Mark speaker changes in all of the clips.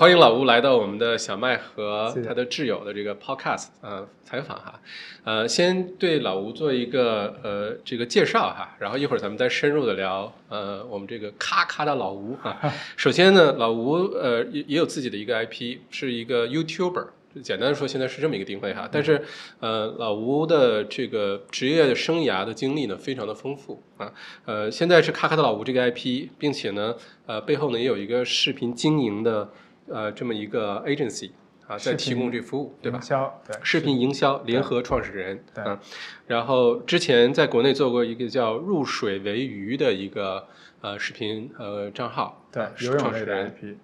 Speaker 1: 欢迎老吴来到我们的小麦和
Speaker 2: 是的
Speaker 1: 他的挚友的这个 podcast 呃采访哈，呃，先对老吴做一个呃这个介绍哈，然后一会儿咱们再深入的聊呃我们这个咔咔的老吴哈。首先呢，老吴呃也也有自己的一个 IP，是一个 YouTuber。简单的说，现在是这么一个定位哈。但是，呃，老吴的这个职业生涯的经历呢，非常的丰富啊。呃，现在是咔咔的老吴这个 IP，并且呢，呃，背后呢也有一个视频经营的呃这么一个 agency 啊，在
Speaker 2: 视频
Speaker 1: 提供这服务，对吧
Speaker 2: 营？销对
Speaker 1: 视频营销联合创始人，
Speaker 2: 对
Speaker 1: 嗯，然后之前在国内做过一个叫“入水为鱼”的一个呃视频呃账号，
Speaker 2: 对
Speaker 1: 是
Speaker 2: 游泳
Speaker 1: 创
Speaker 2: 类
Speaker 1: 始
Speaker 2: 的
Speaker 1: 人，
Speaker 2: IP，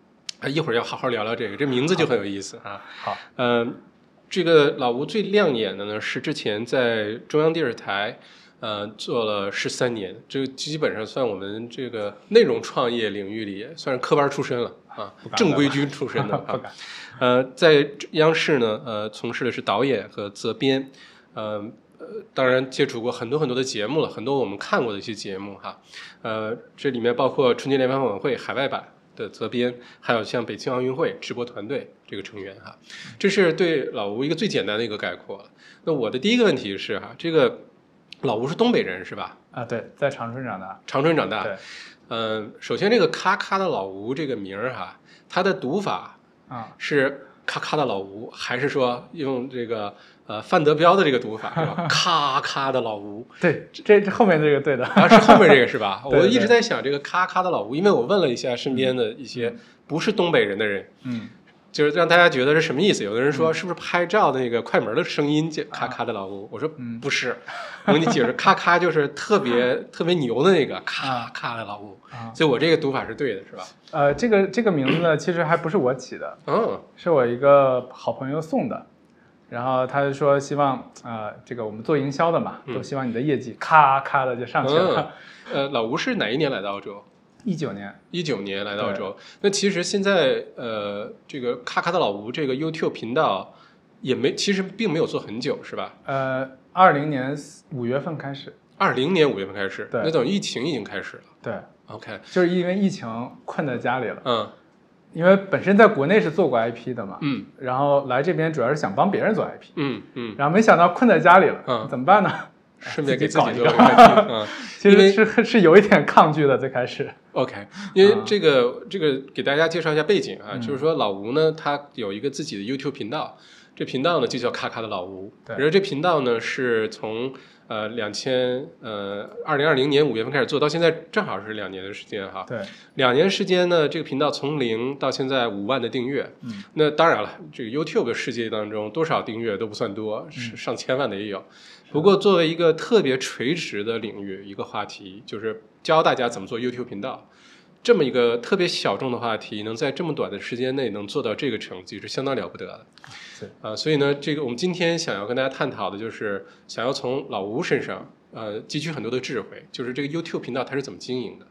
Speaker 1: 啊，一会儿要好好聊聊这个，这名字就很有意思啊。
Speaker 2: 好，
Speaker 1: 嗯，这个老吴最亮眼的呢是之前在中央电视台，呃，做了十三年，这个基本上算我们这个内容创业领域里算是科班出身了啊
Speaker 2: 不，敢
Speaker 1: 正规军出身的
Speaker 2: 不
Speaker 1: 啊
Speaker 2: 敢。
Speaker 1: 呃，在央视呢，呃，从事的是导演和责编，呃。呃，当然接触过很多很多的节目了，很多我们看过的一些节目哈，呃，这里面包括春节联欢晚会海外版的责编，还有像北京奥运会直播团队这个成员哈，这是对老吴一个最简单的一个概括了。那我的第一个问题是哈、这个老吴是东北人是吧？
Speaker 2: 啊，对，在长春长大，
Speaker 1: 长春长大。
Speaker 2: 对。
Speaker 1: 嗯、首先这个“咔咔”的老吴这个名儿、哈，它的读法
Speaker 2: 啊，
Speaker 1: 是“咔咔”的老吴，还是说用这个呃范德彪的这个读法是 吧？“咔咔”的老吴
Speaker 2: 对，这这后面这个对的，
Speaker 1: 啊，是后面这个是吧？
Speaker 2: 对对
Speaker 1: 我一直在想这个“咔咔”的老吴，因为我问了一下身边的一些不是东北人的人，
Speaker 2: 嗯，
Speaker 1: 就是让大家觉得是什么意思？有的人说是不是拍照那个快门的声音就咔咔的老吴？我说
Speaker 2: 啊嗯
Speaker 1: 不是，我给你解释，咔咔就是特别 特别牛的那个咔咔的老吴，
Speaker 2: 啊，
Speaker 1: 所以我这个读法是对的，是吧？
Speaker 2: 呃，这个这个名字呢，其实还不是我起的，
Speaker 1: 嗯，
Speaker 2: 是我一个好朋友送的，然后他就说希望呃，这个我们做营销的嘛，
Speaker 1: 嗯
Speaker 2: 都希望你的业绩咔咔的就上去了。
Speaker 1: 呃，老吴是哪一年来到澳洲？
Speaker 2: 一九年，
Speaker 1: 一九年来到澳洲。那其实现在呃，这个咔咔的老吴这个 YouTube 频道也没，其实并没有做很久，是吧？
Speaker 2: 呃，二零年五月份开始，
Speaker 1: 二零年五月份开始，
Speaker 2: 对
Speaker 1: 那等于疫情已经开始了。
Speaker 2: 对，
Speaker 1: OK，
Speaker 2: 就是因为疫情困在家里了，
Speaker 1: 嗯
Speaker 2: 因为本身在国内是做过 IP 的嘛，
Speaker 1: 嗯
Speaker 2: 然后来这边主要是想帮别人做 IP，
Speaker 1: 嗯嗯，
Speaker 2: 然后没想到困在家里了，
Speaker 1: 嗯
Speaker 2: 怎么办呢？
Speaker 1: 顺便给自己
Speaker 2: 哎搞一
Speaker 1: 做
Speaker 2: 个
Speaker 1: 个 IP，嗯。
Speaker 2: 其
Speaker 1: 因为
Speaker 2: 实是是有一点抗拒的，最开始，
Speaker 1: OK，因为
Speaker 2: 啊
Speaker 1: 这个、这个给大家介绍一下背景啊，
Speaker 2: 嗯
Speaker 1: 就是说老吴呢，他有一个自己的 YouTube 频道，这频道呢就叫“咔咔的老吴”。
Speaker 2: 对
Speaker 1: 然后这频道呢是从呃两千呃二零二零年五月份开始做到现在，正好是两年的时间哈。
Speaker 2: 对，
Speaker 1: 两年时间呢，这个频道从零到现在五万的订阅。
Speaker 2: 嗯，
Speaker 1: 那当然了，这个 YouTube 的世界当中，多少订阅都不算多，
Speaker 2: 嗯
Speaker 1: 是上千万的也有。不过，作为一个特别垂直的领域，一个话题就是教大家怎么做 YouTube 频道，这么一个特别小众的话题，能在这么短的时间内能做到这个成绩，是相当了不得的。
Speaker 2: 是
Speaker 1: 啊、所以呢，这个我们今天想要跟大家探讨的就是，想要从老吴身上呃汲取很多的智慧，就是这个 YouTube 频道它是怎么经营的。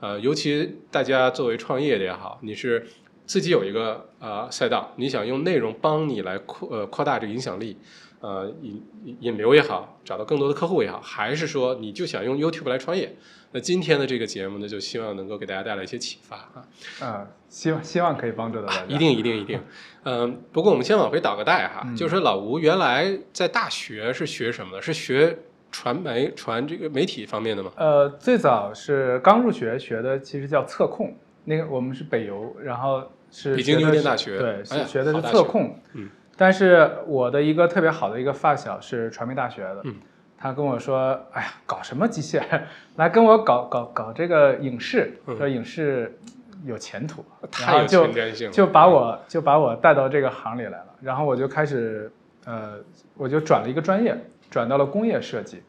Speaker 1: 呃，尤其大家作为创业的也好，你是自己有一个呃赛道，你想用内容帮你来扩呃扩大这个影响力，呃引引引流也好，找到更多的客户也好，还是说你就想用 YouTube 来创业？那今天的这个节目呢，就希望能够给大家带来一些启发啊。
Speaker 2: 呃，希望希望可以帮助到大家，
Speaker 1: 一定一定一定，嗯，不过我们先往回倒个带哈，
Speaker 2: 嗯
Speaker 1: 就是说老吴原来在大学是学什么的？是学传媒、传这个媒体方面的吗？
Speaker 2: 呃，最早是刚入学学的，其实叫测控。那个我们是北邮，然后是
Speaker 1: 北京
Speaker 2: 学的
Speaker 1: 邮电
Speaker 2: 是
Speaker 1: 大学
Speaker 2: 对，
Speaker 1: 哎呀
Speaker 2: 是学的
Speaker 1: 好
Speaker 2: 是
Speaker 1: 大
Speaker 2: 测
Speaker 1: 学
Speaker 2: 控。
Speaker 1: 嗯。
Speaker 2: 但是我的一个特别好的一个发小是传媒大学的，
Speaker 1: 嗯
Speaker 2: 他跟我说：“哎呀，搞什么机械， 来跟我搞搞搞这个影视，
Speaker 1: 嗯哦
Speaker 2: 说影视有前途。”然
Speaker 1: 太
Speaker 2: 后
Speaker 1: 有
Speaker 2: 就
Speaker 1: 前瞻性了，嗯
Speaker 2: 就把我就把我带到这个行里来了，然后我就开始呃，我就转了一个专业，转到了工业设计，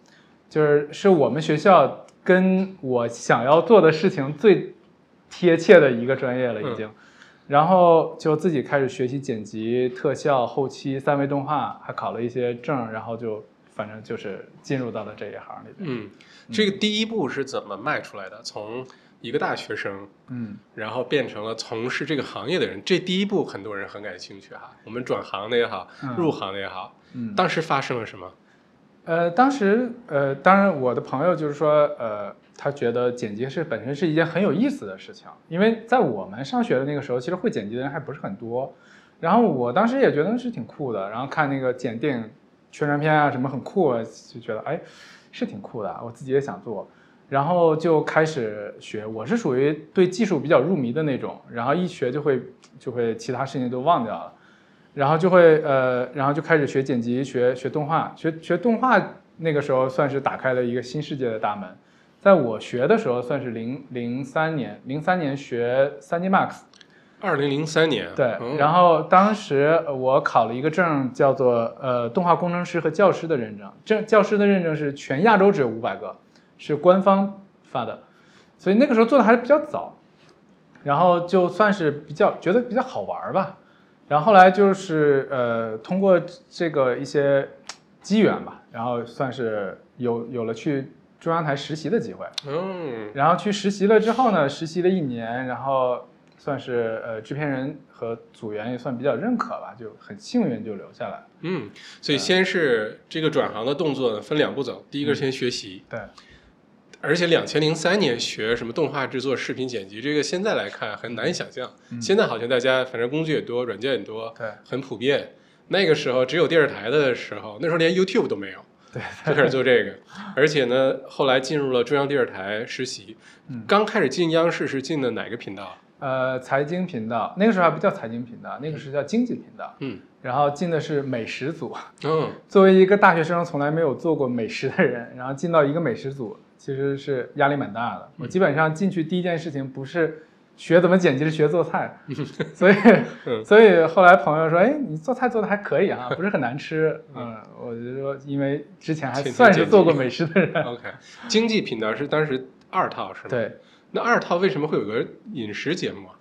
Speaker 2: 就是是我们学校跟我想要做的事情最贴切的一个专业了已经。然后就自己开始学习剪辑、特效、后期、三维动画，还考了一些证，然后就反正就是进入到了这一行里边。
Speaker 1: 嗯，这个第一步是怎么迈出来的？从一个大学生，
Speaker 2: 嗯，
Speaker 1: 然后变成了从事这个行业的人，这第一步很多人很感兴趣哈。我们转行的也好，
Speaker 2: 嗯
Speaker 1: 入行的也好，
Speaker 2: 嗯
Speaker 1: 当时发生了什么？
Speaker 2: 呃，当时呃，当然我的朋友就是说，呃，他觉得剪辑是本身是一件很有意思的事情，因为在我们上学的那个时候，其实会剪辑的人还不是很多。然后我当时也觉得是挺酷的，然后看那个剪电影宣传片啊什么很酷，就觉得哎是挺酷的，我自己也想做，然后就开始学。我是属于对技术比较入迷的那种，然后一学就会就会其他事情都忘掉了，然后就会呃，然后就开始学剪辑，学学动画，学学动画那个时候算是打开了一个新世界的大门。在我学的时候，算是零零三年，零三年学三 D Max，
Speaker 1: 二零零三年，
Speaker 2: 对，
Speaker 1: 嗯
Speaker 2: 然后当时呃我考了一个证，叫做呃动画工程师和教师的认证。这教师的认证是全亚洲只有五百个，是官方发的，所以那个时候做的还是比较早。然后就算是比较觉得比较好玩儿吧。然后后来就是呃通过这个一些机缘吧，然后算是有有了去中央台实习的机会。
Speaker 1: 嗯，
Speaker 2: 然后去实习了之后呢，实习了一年，然后算是呃制片人和组员也算比较认可吧，就很幸运就留下来了。
Speaker 1: 嗯，所以先是这个转行的动作呢，分两步走。第一个是先学习，
Speaker 2: 对，
Speaker 1: 而且两千零三年学什么动画制作、视频剪辑，这个现在来看很难以想象。
Speaker 2: 嗯
Speaker 1: 现在好像大家反正工具也多，软件也多，
Speaker 2: 对
Speaker 1: 很普遍。那个时候只有电视台的时候，那时候连 YouTube 都没有，
Speaker 2: 对，
Speaker 1: 就开始做这个。而且呢，后来进入了中央电视台实习。
Speaker 2: 嗯
Speaker 1: 刚开始进央视是进的哪个频道？
Speaker 2: 呃，财经频道那个时候还不叫财经频道，那个时候叫经济频道。
Speaker 1: 嗯
Speaker 2: 然后进的是美食组，
Speaker 1: 嗯，
Speaker 2: 作为一个大学生从来没有做过美食的人，然后进到一个美食组，其实是压力蛮大的。我基本上进去第一件事情不是学怎么剪辑，是学做菜。所以
Speaker 1: 嗯，
Speaker 2: 所以后来朋友说：“哎，你做菜做的还可以啊，不是很难吃。”嗯，我就说，因为之前还
Speaker 1: 勤勤
Speaker 2: 算是
Speaker 1: 俭
Speaker 2: 做
Speaker 1: 俭
Speaker 2: 过美食的人。
Speaker 1: OK，经济频道是当时二套是吗？。
Speaker 2: 对，
Speaker 1: 那二套为什么会有个饮食节目啊？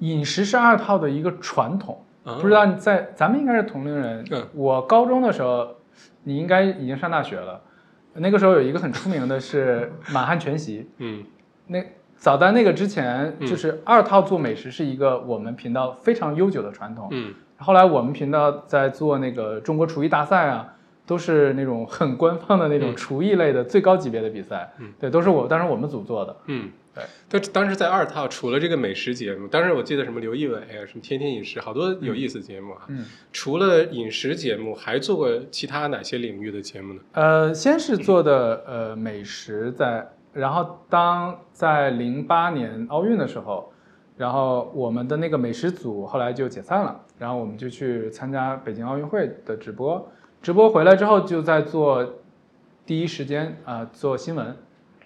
Speaker 2: 饮食是二套的一个传统，
Speaker 1: 啊
Speaker 2: 不知道你在咱们应该是同龄人。
Speaker 1: 嗯
Speaker 2: 我高中的时候，你应该已经上大学了。那个时候有一个很出名的 是满汉全席，
Speaker 1: 嗯
Speaker 2: 那早在那个之前，
Speaker 1: 嗯
Speaker 2: 就是二套做美食是一个我们频道非常悠久的传统。
Speaker 1: 嗯
Speaker 2: 后来我们频道在做那个中国厨艺大赛啊，都是那种很官方的那种
Speaker 1: 嗯
Speaker 2: 厨艺类的最高级别的比赛，
Speaker 1: 嗯
Speaker 2: 对，都是我当时我们组做的。
Speaker 1: 嗯，
Speaker 2: 对。
Speaker 1: 但当时在二套除了这个美食节目，当时我记得什么刘仪伟啊，什么天天饮食，好多有意思节目啊。
Speaker 2: 嗯，
Speaker 1: 除了饮食节目，还做过其他哪些领域的节目呢？
Speaker 2: 呃，先是做的呃美食在，然后当在零八年奥运的时候，然后我们的那个美食组后来就解散了，然后我们就去参加北京奥运会的直播，直播回来之后就在做第一时间啊、呃做新闻。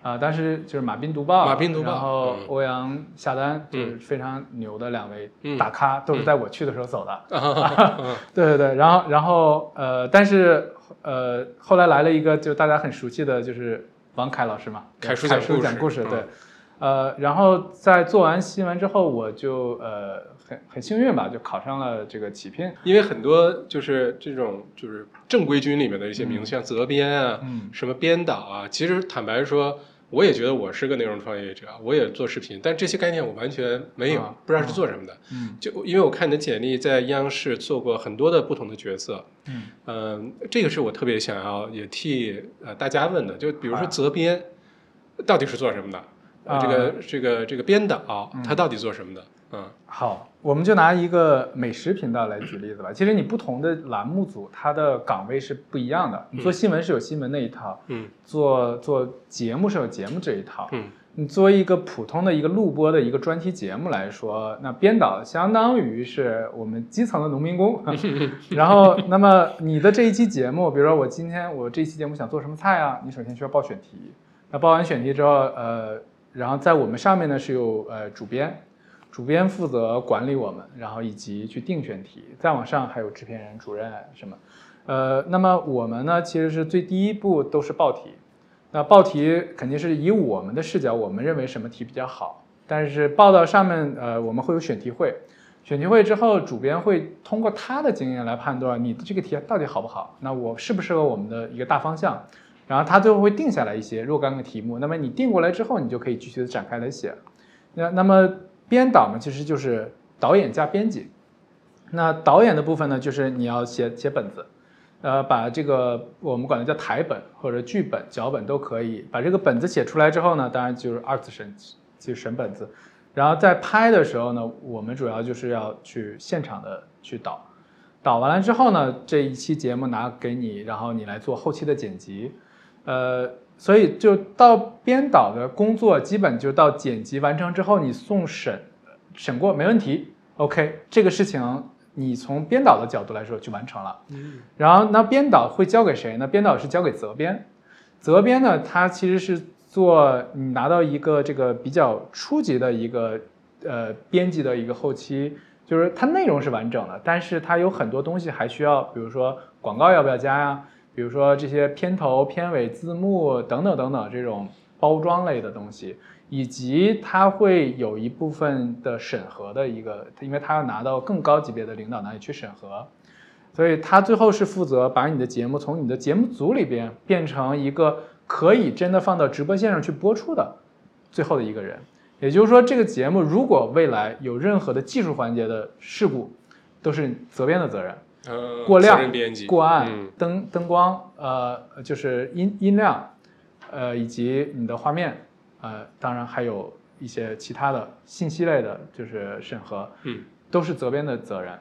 Speaker 2: 啊、当时就是马斌读报，
Speaker 1: 马斌读报
Speaker 2: 然
Speaker 1: 嗯
Speaker 2: 后欧阳夏丹，就是
Speaker 1: 嗯
Speaker 2: 非常牛的两位
Speaker 1: 嗯
Speaker 2: 大咖，都是在我去的时候走的。
Speaker 1: 啊，
Speaker 2: 对对对，然后然后呃，但是呃，后来来了一个就大家很熟悉的就是王凯老师嘛，
Speaker 1: 凯叔
Speaker 2: 凯
Speaker 1: 讲
Speaker 2: 叔
Speaker 1: 故
Speaker 2: 讲
Speaker 1: 事
Speaker 2: 故事，
Speaker 1: 嗯
Speaker 2: 对，呃，然后在做完新闻之后，我就呃很很幸运吧，就考上了这个起聘，
Speaker 1: 因为很多就是这种就是正规军里面的一些名字，像责编啊、
Speaker 2: 嗯
Speaker 1: 什么编导啊，其实坦白说。我也觉得我是个内容创业者，我也做视频，但这些概念我完全没有，
Speaker 2: 啊
Speaker 1: 不知道是做什么的。
Speaker 2: 嗯
Speaker 1: 就因为我看你的简历，在央视做过很多的不同的角色，
Speaker 2: 嗯
Speaker 1: 嗯、这个是我特别想要也替呃大家问的，就比如
Speaker 2: 啊
Speaker 1: 说责编到底是做什么的，呃
Speaker 2: 啊
Speaker 1: 这个这个这个编导他到底做什么的，嗯
Speaker 2: 好，我们就拿一个美食频道来举例子吧。其实你不同的栏目组，它的岗位是不一样的。你做新闻是有新闻那一套，
Speaker 1: 嗯
Speaker 2: 做做节目是有节目这一套，
Speaker 1: 嗯
Speaker 2: 你作为一个普通的一个录播的一个专题节目来说，那编导相当于是我们基层的农民工。然后，那么你的这一期节目，比如说我今天我这一期节目想做什么菜啊，你首先需要报选题。那报完选题之后，呃，然后在我们上面呢是有呃主编，主编负责管理我们，然后以及去定选题。再往上还有制片人、主任啊什么。呃，那么我们呢其实是最第一步都是报题。那报题肯定是以我们的视角，我们认为什么题比较好。但是报道上面，呃，我们会有选题会，选题会之后，主编会通过他的经验来判断你的这个题到底好不好，那我适不适合我们的一个大方向。然后他最后会定下来一些若干个题目，那么你定过来之后，你就可以继续的展开来写。那那么编导嘛，其实就是导演加编辑。那导演的部分呢，就是你要写写本子，呃，把这个我们管它叫台本或者剧本、脚本都可以。把这个本子写出来之后呢，当然就是二次审，去审本子。然后在拍的时候呢，我们主要就是要去现场的去导，导完了之后呢，这一期节目拿给你，然后你来做后期的剪辑。呃，所以就到编导的工作，基本就到剪辑完成之后，你送审，审过没问题，OK，这个事情你从编导的角度来说去完成了。
Speaker 1: 嗯
Speaker 2: 然后那编导会交给谁呢？编导是交给责编，责编呢，他其实是做你拿到一个这个比较初级的一个呃编辑的一个后期，就是它内容是完整的，但是它有很多东西还需要，比如说广告要不要加呀、比如说这些片头、片尾、字幕等等等等这种包装类的东西，以及它会有一部分的审核的一个，因为它要拿到更高级别的领导那里去审核。所以他最后是负责把你的节目从你的节目组里边变成一个可以真的放到直播线上去播出的最后的一个人。也就是说，这个节目如果未来有任何的技术环节的事故，都是责编的责任。
Speaker 1: 呃
Speaker 2: 过量
Speaker 1: 责任编辑
Speaker 2: 过暗、
Speaker 1: 嗯
Speaker 2: 灯灯光，呃，就是音音量，呃，以及你的画面，呃，当然还有一些其他的信息类的，就是审核，
Speaker 1: 嗯，
Speaker 2: 都是责编的责任。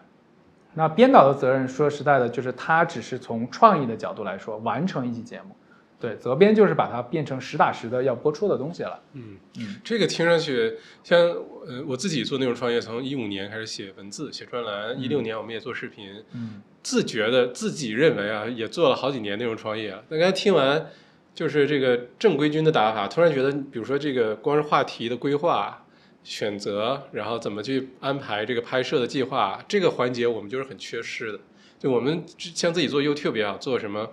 Speaker 2: 那编导的责任，说实在的，就是他只是从创意的角度来说完成一期节目，对，责编就是把它变成实打实的要播出的东西了。
Speaker 1: 嗯
Speaker 2: 嗯，
Speaker 1: 这个听上去像呃，我自己做内容创业，从一五年开始写文字、写专栏，一六年我们也做视频，
Speaker 2: 嗯，
Speaker 1: 自觉的自己认为啊，也做了好几年内容创业啊了。但刚才听完，就是这个正规军的打法，突然觉得，比如说这个光是话题的规划、选择，然后怎么去安排这个拍摄的计划，这个环节我们就是很缺失的。就我们之像自己做 YouTube 也好，做什么，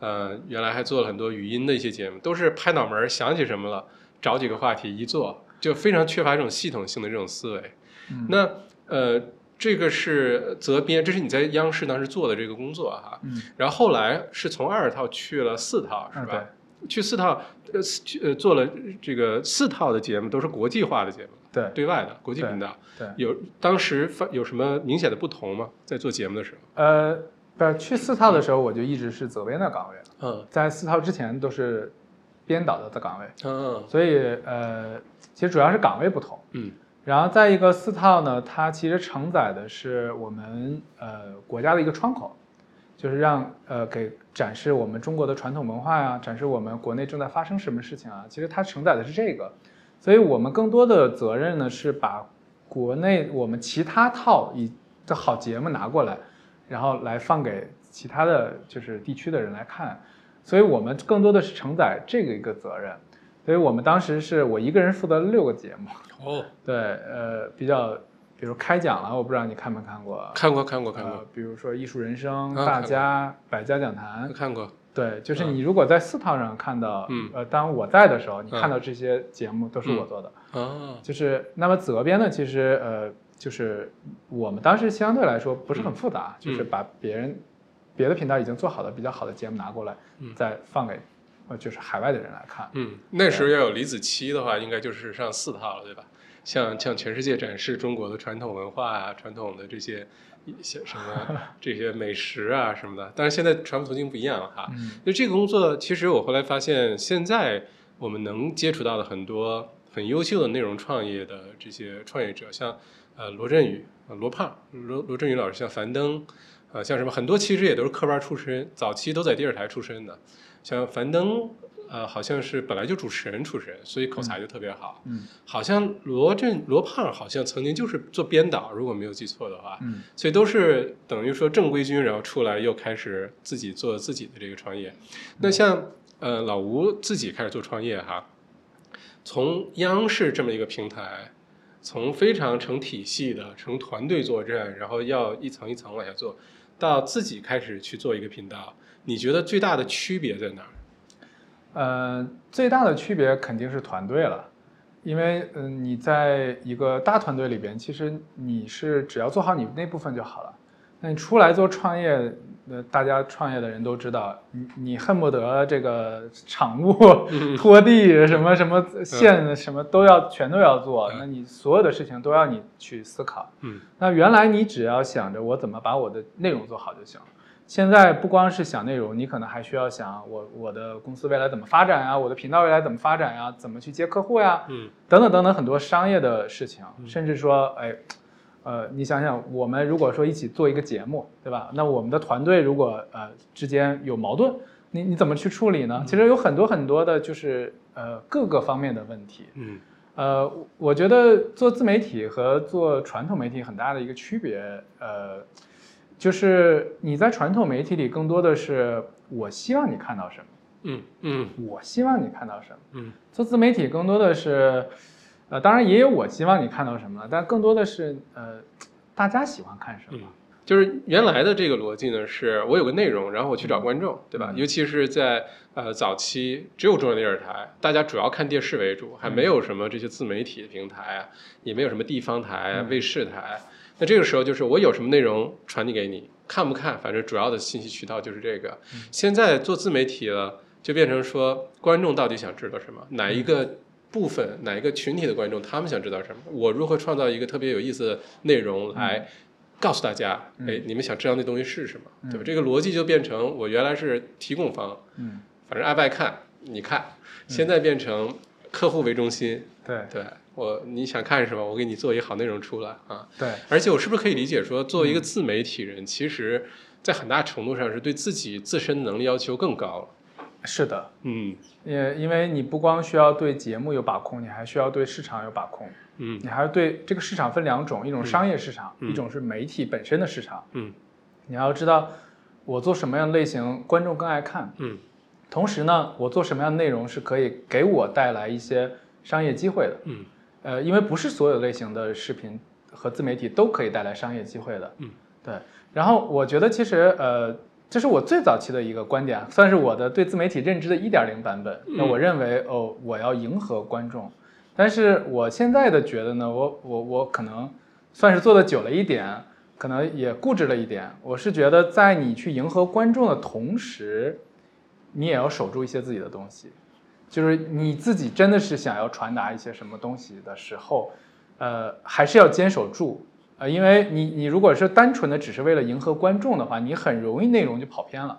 Speaker 1: 呃，原来还做了很多语音的一些节目，都是拍脑门儿想起什么了，找几个话题一做，就非常缺乏这种系统性的这种思维。
Speaker 2: 嗯
Speaker 1: 那呃，这个是责编，这是你在央视当时做的这个工作哈、
Speaker 2: 嗯，
Speaker 1: 然后后来是从二套去了四套，是
Speaker 2: 嗯
Speaker 1: 吧？去四套，呃，四去呃，做了这个四套的节目，都是国际化的节目，
Speaker 2: 对对
Speaker 1: 对外的国际频道。
Speaker 2: 对，
Speaker 1: 有当时发有什么明显的不同吗？在做节目的时
Speaker 2: 呃，不，去四套的时候我就一直是责编的岗位了。
Speaker 1: 候？嗯
Speaker 2: 在四套之前都是编导的的岗位，
Speaker 1: 嗯
Speaker 2: 所以呃，其实主要是岗位不同。
Speaker 1: 嗯
Speaker 2: 然后再一个四套呢，它其实承载的是我们呃国家的一个窗口，就是让呃给展示我们中国的传统文化呀、展示我们国内正在发生什么事情啊。其实它承载的是这个，所以我们更多的责任呢是把国内我们其他套以的好节目拿过来，然后来放给其他的就是地区的人来看，所以我们更多的是承载这个一个责任。所以我们当时是我一个人负责六个节目。
Speaker 1: 哦，
Speaker 2: 对，呃，比较，比如开讲了，我不知道你看没看过，
Speaker 1: 看过看过看
Speaker 2: 呃
Speaker 1: 过，
Speaker 2: 比如说《艺术人生》
Speaker 1: 啊
Speaker 2: 大
Speaker 1: 看
Speaker 2: 家、百家讲坛，
Speaker 1: 看过。
Speaker 2: 对，就是
Speaker 1: 嗯
Speaker 2: 你如果在四套上看到，
Speaker 1: 嗯
Speaker 2: 呃，当我在的时候，你
Speaker 1: 嗯
Speaker 2: 看到这些节目都是我做的，
Speaker 1: 啊，
Speaker 2: 就是那么责编呢，其实呃，就是我们当时相对来说
Speaker 1: 嗯
Speaker 2: 不是很复杂，就是把别人别的频道已经做好的比较好的节目拿过来，
Speaker 1: 嗯
Speaker 2: 再放给呃就是海外的人来看，
Speaker 1: 嗯，那时候要有李子柒的话，应该就是上四套了，对吧？向向全世界展示中国的传统文化啊，传统的这些一些什么这些美食啊什么的。但是现在传播途径不一样了哈。
Speaker 2: 嗯
Speaker 1: 就这个工作，其实我后来发现，现在我们能接触到的很多很优秀的内容创业的这些创业者，像呃罗振宇、呃罗胖、罗罗振宇老师，像樊登，呃像什么很多其实也都是科班出身，早期都在电视台出身的，像樊登。呃，好像是本来就主持人出身，所以口才就特别好。
Speaker 2: 嗯
Speaker 1: 好像罗振罗胖好像曾经就是做编导，如果没有记错的话。
Speaker 2: 嗯。
Speaker 1: 所以都是等于说正规军，然后出来又开始自己做自己的这个创业。那像呃老吴自己开始做创业哈，从央视这么一个平台，从非常成体系的、成团队作战，然后要一层一层往下做，到自己开始去做一个频道，你觉得最大的区别在哪儿？
Speaker 2: 呃，最大的区别肯定是团队了，因为嗯、你在一个大团队里边，其实你是只要做好你那部分就好了。那你出来做创业，呃，大家创业的人都知道，你你恨不得这个场务、拖地什么什么线什么都要全都要做，
Speaker 1: 嗯
Speaker 2: 那你所有的事情都要你去思考。
Speaker 1: 嗯
Speaker 2: 那原来你只要想着我怎么把我的内容做好就行了。现在不光是想内容，你可能还需要想我我的公司未来怎么发展呀、啊我的频道未来怎么发展呀、怎么去接客户呀、
Speaker 1: 嗯
Speaker 2: 等等等等很多商业的事情，
Speaker 1: 嗯
Speaker 2: 甚至说，哎，呃，你想想，我们如果说一起做一个节目，对吧？那我们的团队如果呃之间有矛盾，你你怎么去处理呢？其实有很多很多的，就是呃各个方面的问题。
Speaker 1: 嗯
Speaker 2: 呃，我我觉得做自媒体和做传统媒体很大的一个区别，呃，就是你在传统媒体里更多的是我希望你看到什么，
Speaker 1: 嗯嗯
Speaker 2: 我希望你看到什么。
Speaker 1: 嗯
Speaker 2: 做自媒体更多的是，呃，当然也有我希望你看到什么，但更多的是呃，大家喜欢看什么
Speaker 1: 嗯。，就是原来的这个逻辑呢，是我有个内容，然后我去找观众，对吧？
Speaker 2: 嗯
Speaker 1: 尤其是在呃早期只有中央电视台，大家主要看电视为主，还没有
Speaker 2: 嗯
Speaker 1: 什么这些自媒体平台啊，也没有什么地方台、啊、
Speaker 2: 嗯
Speaker 1: 卫视台。那这个时候就是我有什么内容传递给你，看不看，反正主要的信息渠道就是这个。
Speaker 2: 嗯
Speaker 1: 现在做自媒体了，就变成说观众到底想知道什么，哪一
Speaker 2: 嗯
Speaker 1: 个部分哪一个群体的观众，他们想知道什么？我如何创造一个特别有意思的内容来告诉大家，
Speaker 2: 嗯
Speaker 1: 哎，你们想知道那东西是什么，
Speaker 2: 嗯
Speaker 1: 对吧？这个逻辑就变成我原来是提供方，
Speaker 2: 嗯，
Speaker 1: 反正爱不爱看你看，现在变成客户为中心，
Speaker 2: 对
Speaker 1: 对我你想看什么，我给你做一个好内容出来啊。
Speaker 2: 对，
Speaker 1: 而且我是不是可以理解说，作为一个自媒体人，其实在很大程度上是对自己自身能力要求更高了。
Speaker 2: 是的，
Speaker 1: 嗯
Speaker 2: 也因为你不光需要对节目有把控，你还需要对市场有把控，
Speaker 1: 嗯
Speaker 2: 你还要对这个市场分两种，一种商业市场，
Speaker 1: 嗯
Speaker 2: 一种是媒体本身的市场。
Speaker 1: 嗯
Speaker 2: 你要知道我做什么样的类型，观众更爱看，
Speaker 1: 嗯
Speaker 2: 同时呢，我做什么样的内容是可以给我带来一些商业机会的。
Speaker 1: 嗯
Speaker 2: 呃，因为不是所有类型的视频和自媒体都可以带来商业机会的。
Speaker 1: 嗯，
Speaker 2: 对。然后我觉得其实呃，这是我最早期的一个观点，啊算是我的对自媒体认知的一点零版本。那
Speaker 1: 嗯
Speaker 2: 我认为哦，我要迎合观众，但是我现在的觉得呢，我我我可能算是做的久了一点，可能也固执了一点。我是觉得在你去迎合观众的同时，你也要守住一些自己的东西。就是你自己真的是想要传达一些什么东西的时候，呃，还是要坚守住，呃，因为你你如果是单纯的只是为了迎合观众的话，你很容易内容就跑偏了。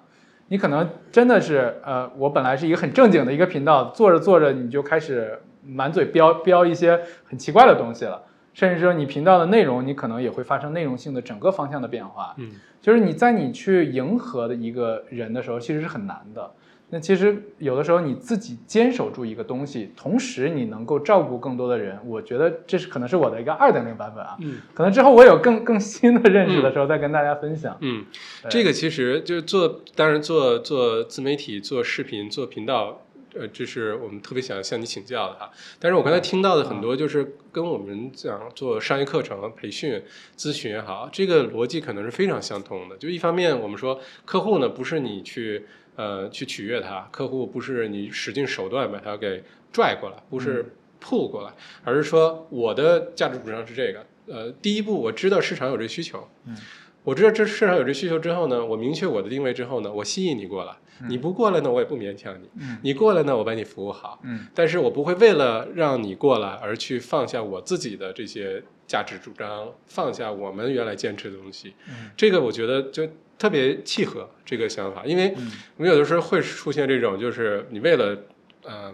Speaker 2: 你可能真的是，呃，我本来是一个很正经的一个频道，做着做着你就开始满嘴标标一些很奇怪的东西了，甚至说你频道的内容，你可能也会发生内容性的整个方向的变化。
Speaker 1: 嗯
Speaker 2: 就是你在你去迎合的一个人的时候，其实是很难的。那其实有的时候你自己坚守住一个东西，同时你能够照顾更多的人，我觉得这是可能是我的一个二点零版本啊。
Speaker 1: 嗯
Speaker 2: 可能之后我有更更新的认识的时候，再跟大家分享。
Speaker 1: 嗯，
Speaker 2: 对
Speaker 1: 这个其实就是做，当然做做自媒体、做视频、做频道，呃，这是我们特别想向你请教的哈。但是我刚
Speaker 2: 嗯
Speaker 1: 才听到的很多就是跟我们讲做商业课程、培训、咨询也好，这个逻辑可能是非常相通的。就一方面，我们说客户呢不是你去呃去取悦他，客户不是你使尽手段把他给拽过来，不
Speaker 2: 嗯
Speaker 1: 是 pull 过来，而是说我的价值主张是这个。呃，第一步我知道市场有这需求，
Speaker 2: 嗯
Speaker 1: 我知道这市场有这需求之后呢，我明确我的定位之后呢，我吸引你过来。
Speaker 2: 嗯
Speaker 1: 你不过来呢，我也不勉强你；
Speaker 2: 嗯
Speaker 1: 你过来呢，我把你服务好。
Speaker 2: 嗯
Speaker 1: 但是我不会为了让你过来而去放下我自己的这些价值主张，放下我们原来坚持的东西。
Speaker 2: 嗯
Speaker 1: 这个我觉得就特别契合这个想法，因为
Speaker 2: 嗯
Speaker 1: 我们有的时候会出现这种，就是你为了，呃，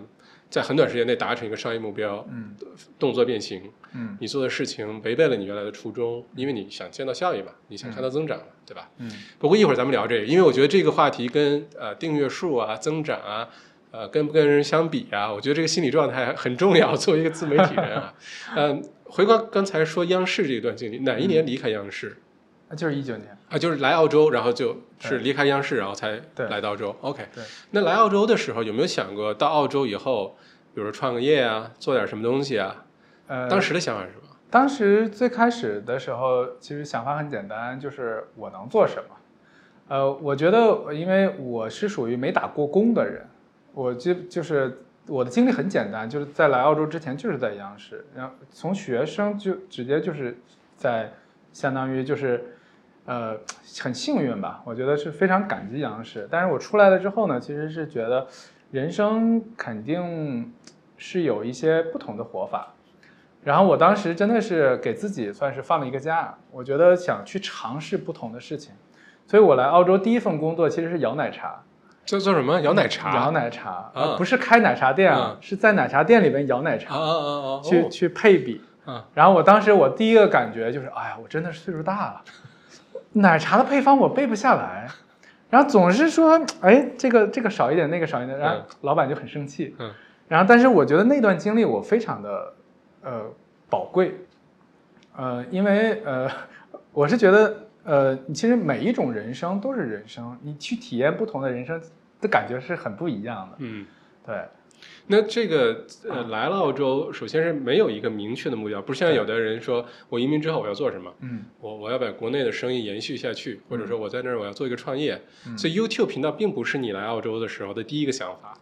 Speaker 1: 在很短时间内达成一个商业目标，
Speaker 2: 嗯
Speaker 1: 动作变形，
Speaker 2: 嗯
Speaker 1: 你做的事情违背了你原来的初衷，因为你想见到效益嘛，你想看到增长嘛，对吧？
Speaker 2: 嗯
Speaker 1: 不过一会儿咱们聊这个，因为我觉得这个话题跟呃订阅数啊、增长啊，呃跟不跟人相比啊，我觉得这个心理状态很重要。作为一个自媒体人 啊，嗯、回到刚才说央视这一段经历，哪一
Speaker 2: 嗯
Speaker 1: 年离开央视、
Speaker 2: 那就是一九年。
Speaker 1: 啊？就是来澳洲，然后就是
Speaker 2: 对
Speaker 1: 离开央视，然后才
Speaker 2: 对
Speaker 1: 来到澳洲。OK，
Speaker 2: 对
Speaker 1: 那来澳洲的时候有没有想过到澳洲以后，比如说创个业啊，做点什么东西啊？
Speaker 2: 呃，
Speaker 1: 当时的想法是什么？
Speaker 2: 当时最开始的时候，其实想法很简单，就是我能做什么。呃，我觉得，因为我是属于没打过工的人，我就就是我的经历很简单，就是在来澳洲之前就是在央视，然后从学生就直接就是在相当于就是呃很幸运吧，我觉得是非常感激央视。但是我出来了之后呢，其实是觉得人生肯定是有一些不同的活法，然后我当时真的是给自己算是放了一个假，我觉得想去尝试不同的事情，所以我来澳洲第一份工作其实是摇奶茶，
Speaker 1: 这做什么？摇奶茶？
Speaker 2: 摇奶茶，
Speaker 1: 啊
Speaker 2: 呃不是开奶茶店啊
Speaker 1: 嗯，
Speaker 2: 是在奶茶店里边摇奶
Speaker 1: 啊
Speaker 2: 茶，
Speaker 1: 啊啊啊！
Speaker 2: 去
Speaker 1: 哦
Speaker 2: 去配比
Speaker 1: 嗯。
Speaker 2: 然后我当时我第一个感觉就是，哎呀，我真的是岁数大了，奶茶的配方我背不下来，然后总是说，哎，这个这个少一点，那个少一点，然后
Speaker 1: 嗯
Speaker 2: 老板就很生气。
Speaker 1: 嗯。
Speaker 2: 然后，但是我觉得那段经历我非常的呃宝贵，呃，因为呃，我是觉得呃，其实每一种人生都是人生，你去体验不同的人生的感觉是很不一样的。
Speaker 1: 嗯，
Speaker 2: 对，
Speaker 1: 那这个呃，来了澳洲，首先是没有一个明确的目标，不是像有的人说，我移民之后我要做什么，
Speaker 2: 嗯
Speaker 1: 我我要把国内的生意延续下去，或者说我在那儿我要做一个创业。
Speaker 2: 嗯
Speaker 1: 所以 YouTube 频道并不是你来澳洲的时候的第一个想法。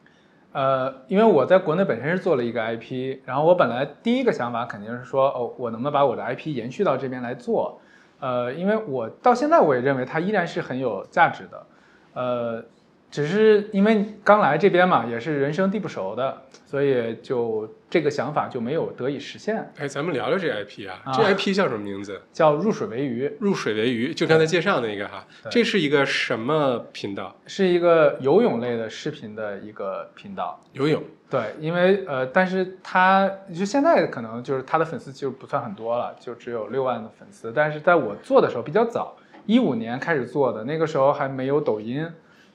Speaker 2: 呃，因为我在国内本身是做了一个 IP，然后我本来第一个想法肯定是说，哦，我能不能把我的 IP 延续到这边来做？呃，因为我到现在我也认为它依然是很有价值的，呃，只是因为刚来这边嘛，也是人生地不熟的，所以就这个想法就没有得以实现，
Speaker 1: 哎，咱们聊聊这 IP 啊，
Speaker 2: 啊
Speaker 1: 这 IP 叫什么名字？
Speaker 2: 叫入水为鱼。
Speaker 1: 入水为鱼，就刚才介绍那个哈，
Speaker 2: 对
Speaker 1: 这是一个什么频道？
Speaker 2: 是一个游泳类的视频的一个频道，
Speaker 1: 游泳。
Speaker 2: 对，因为呃，但是他就现在可能就是他的粉丝就不算很多了，就只有六万的粉丝。但是在我做的时候比较早，一五年开始做的，那个时候还没有抖音，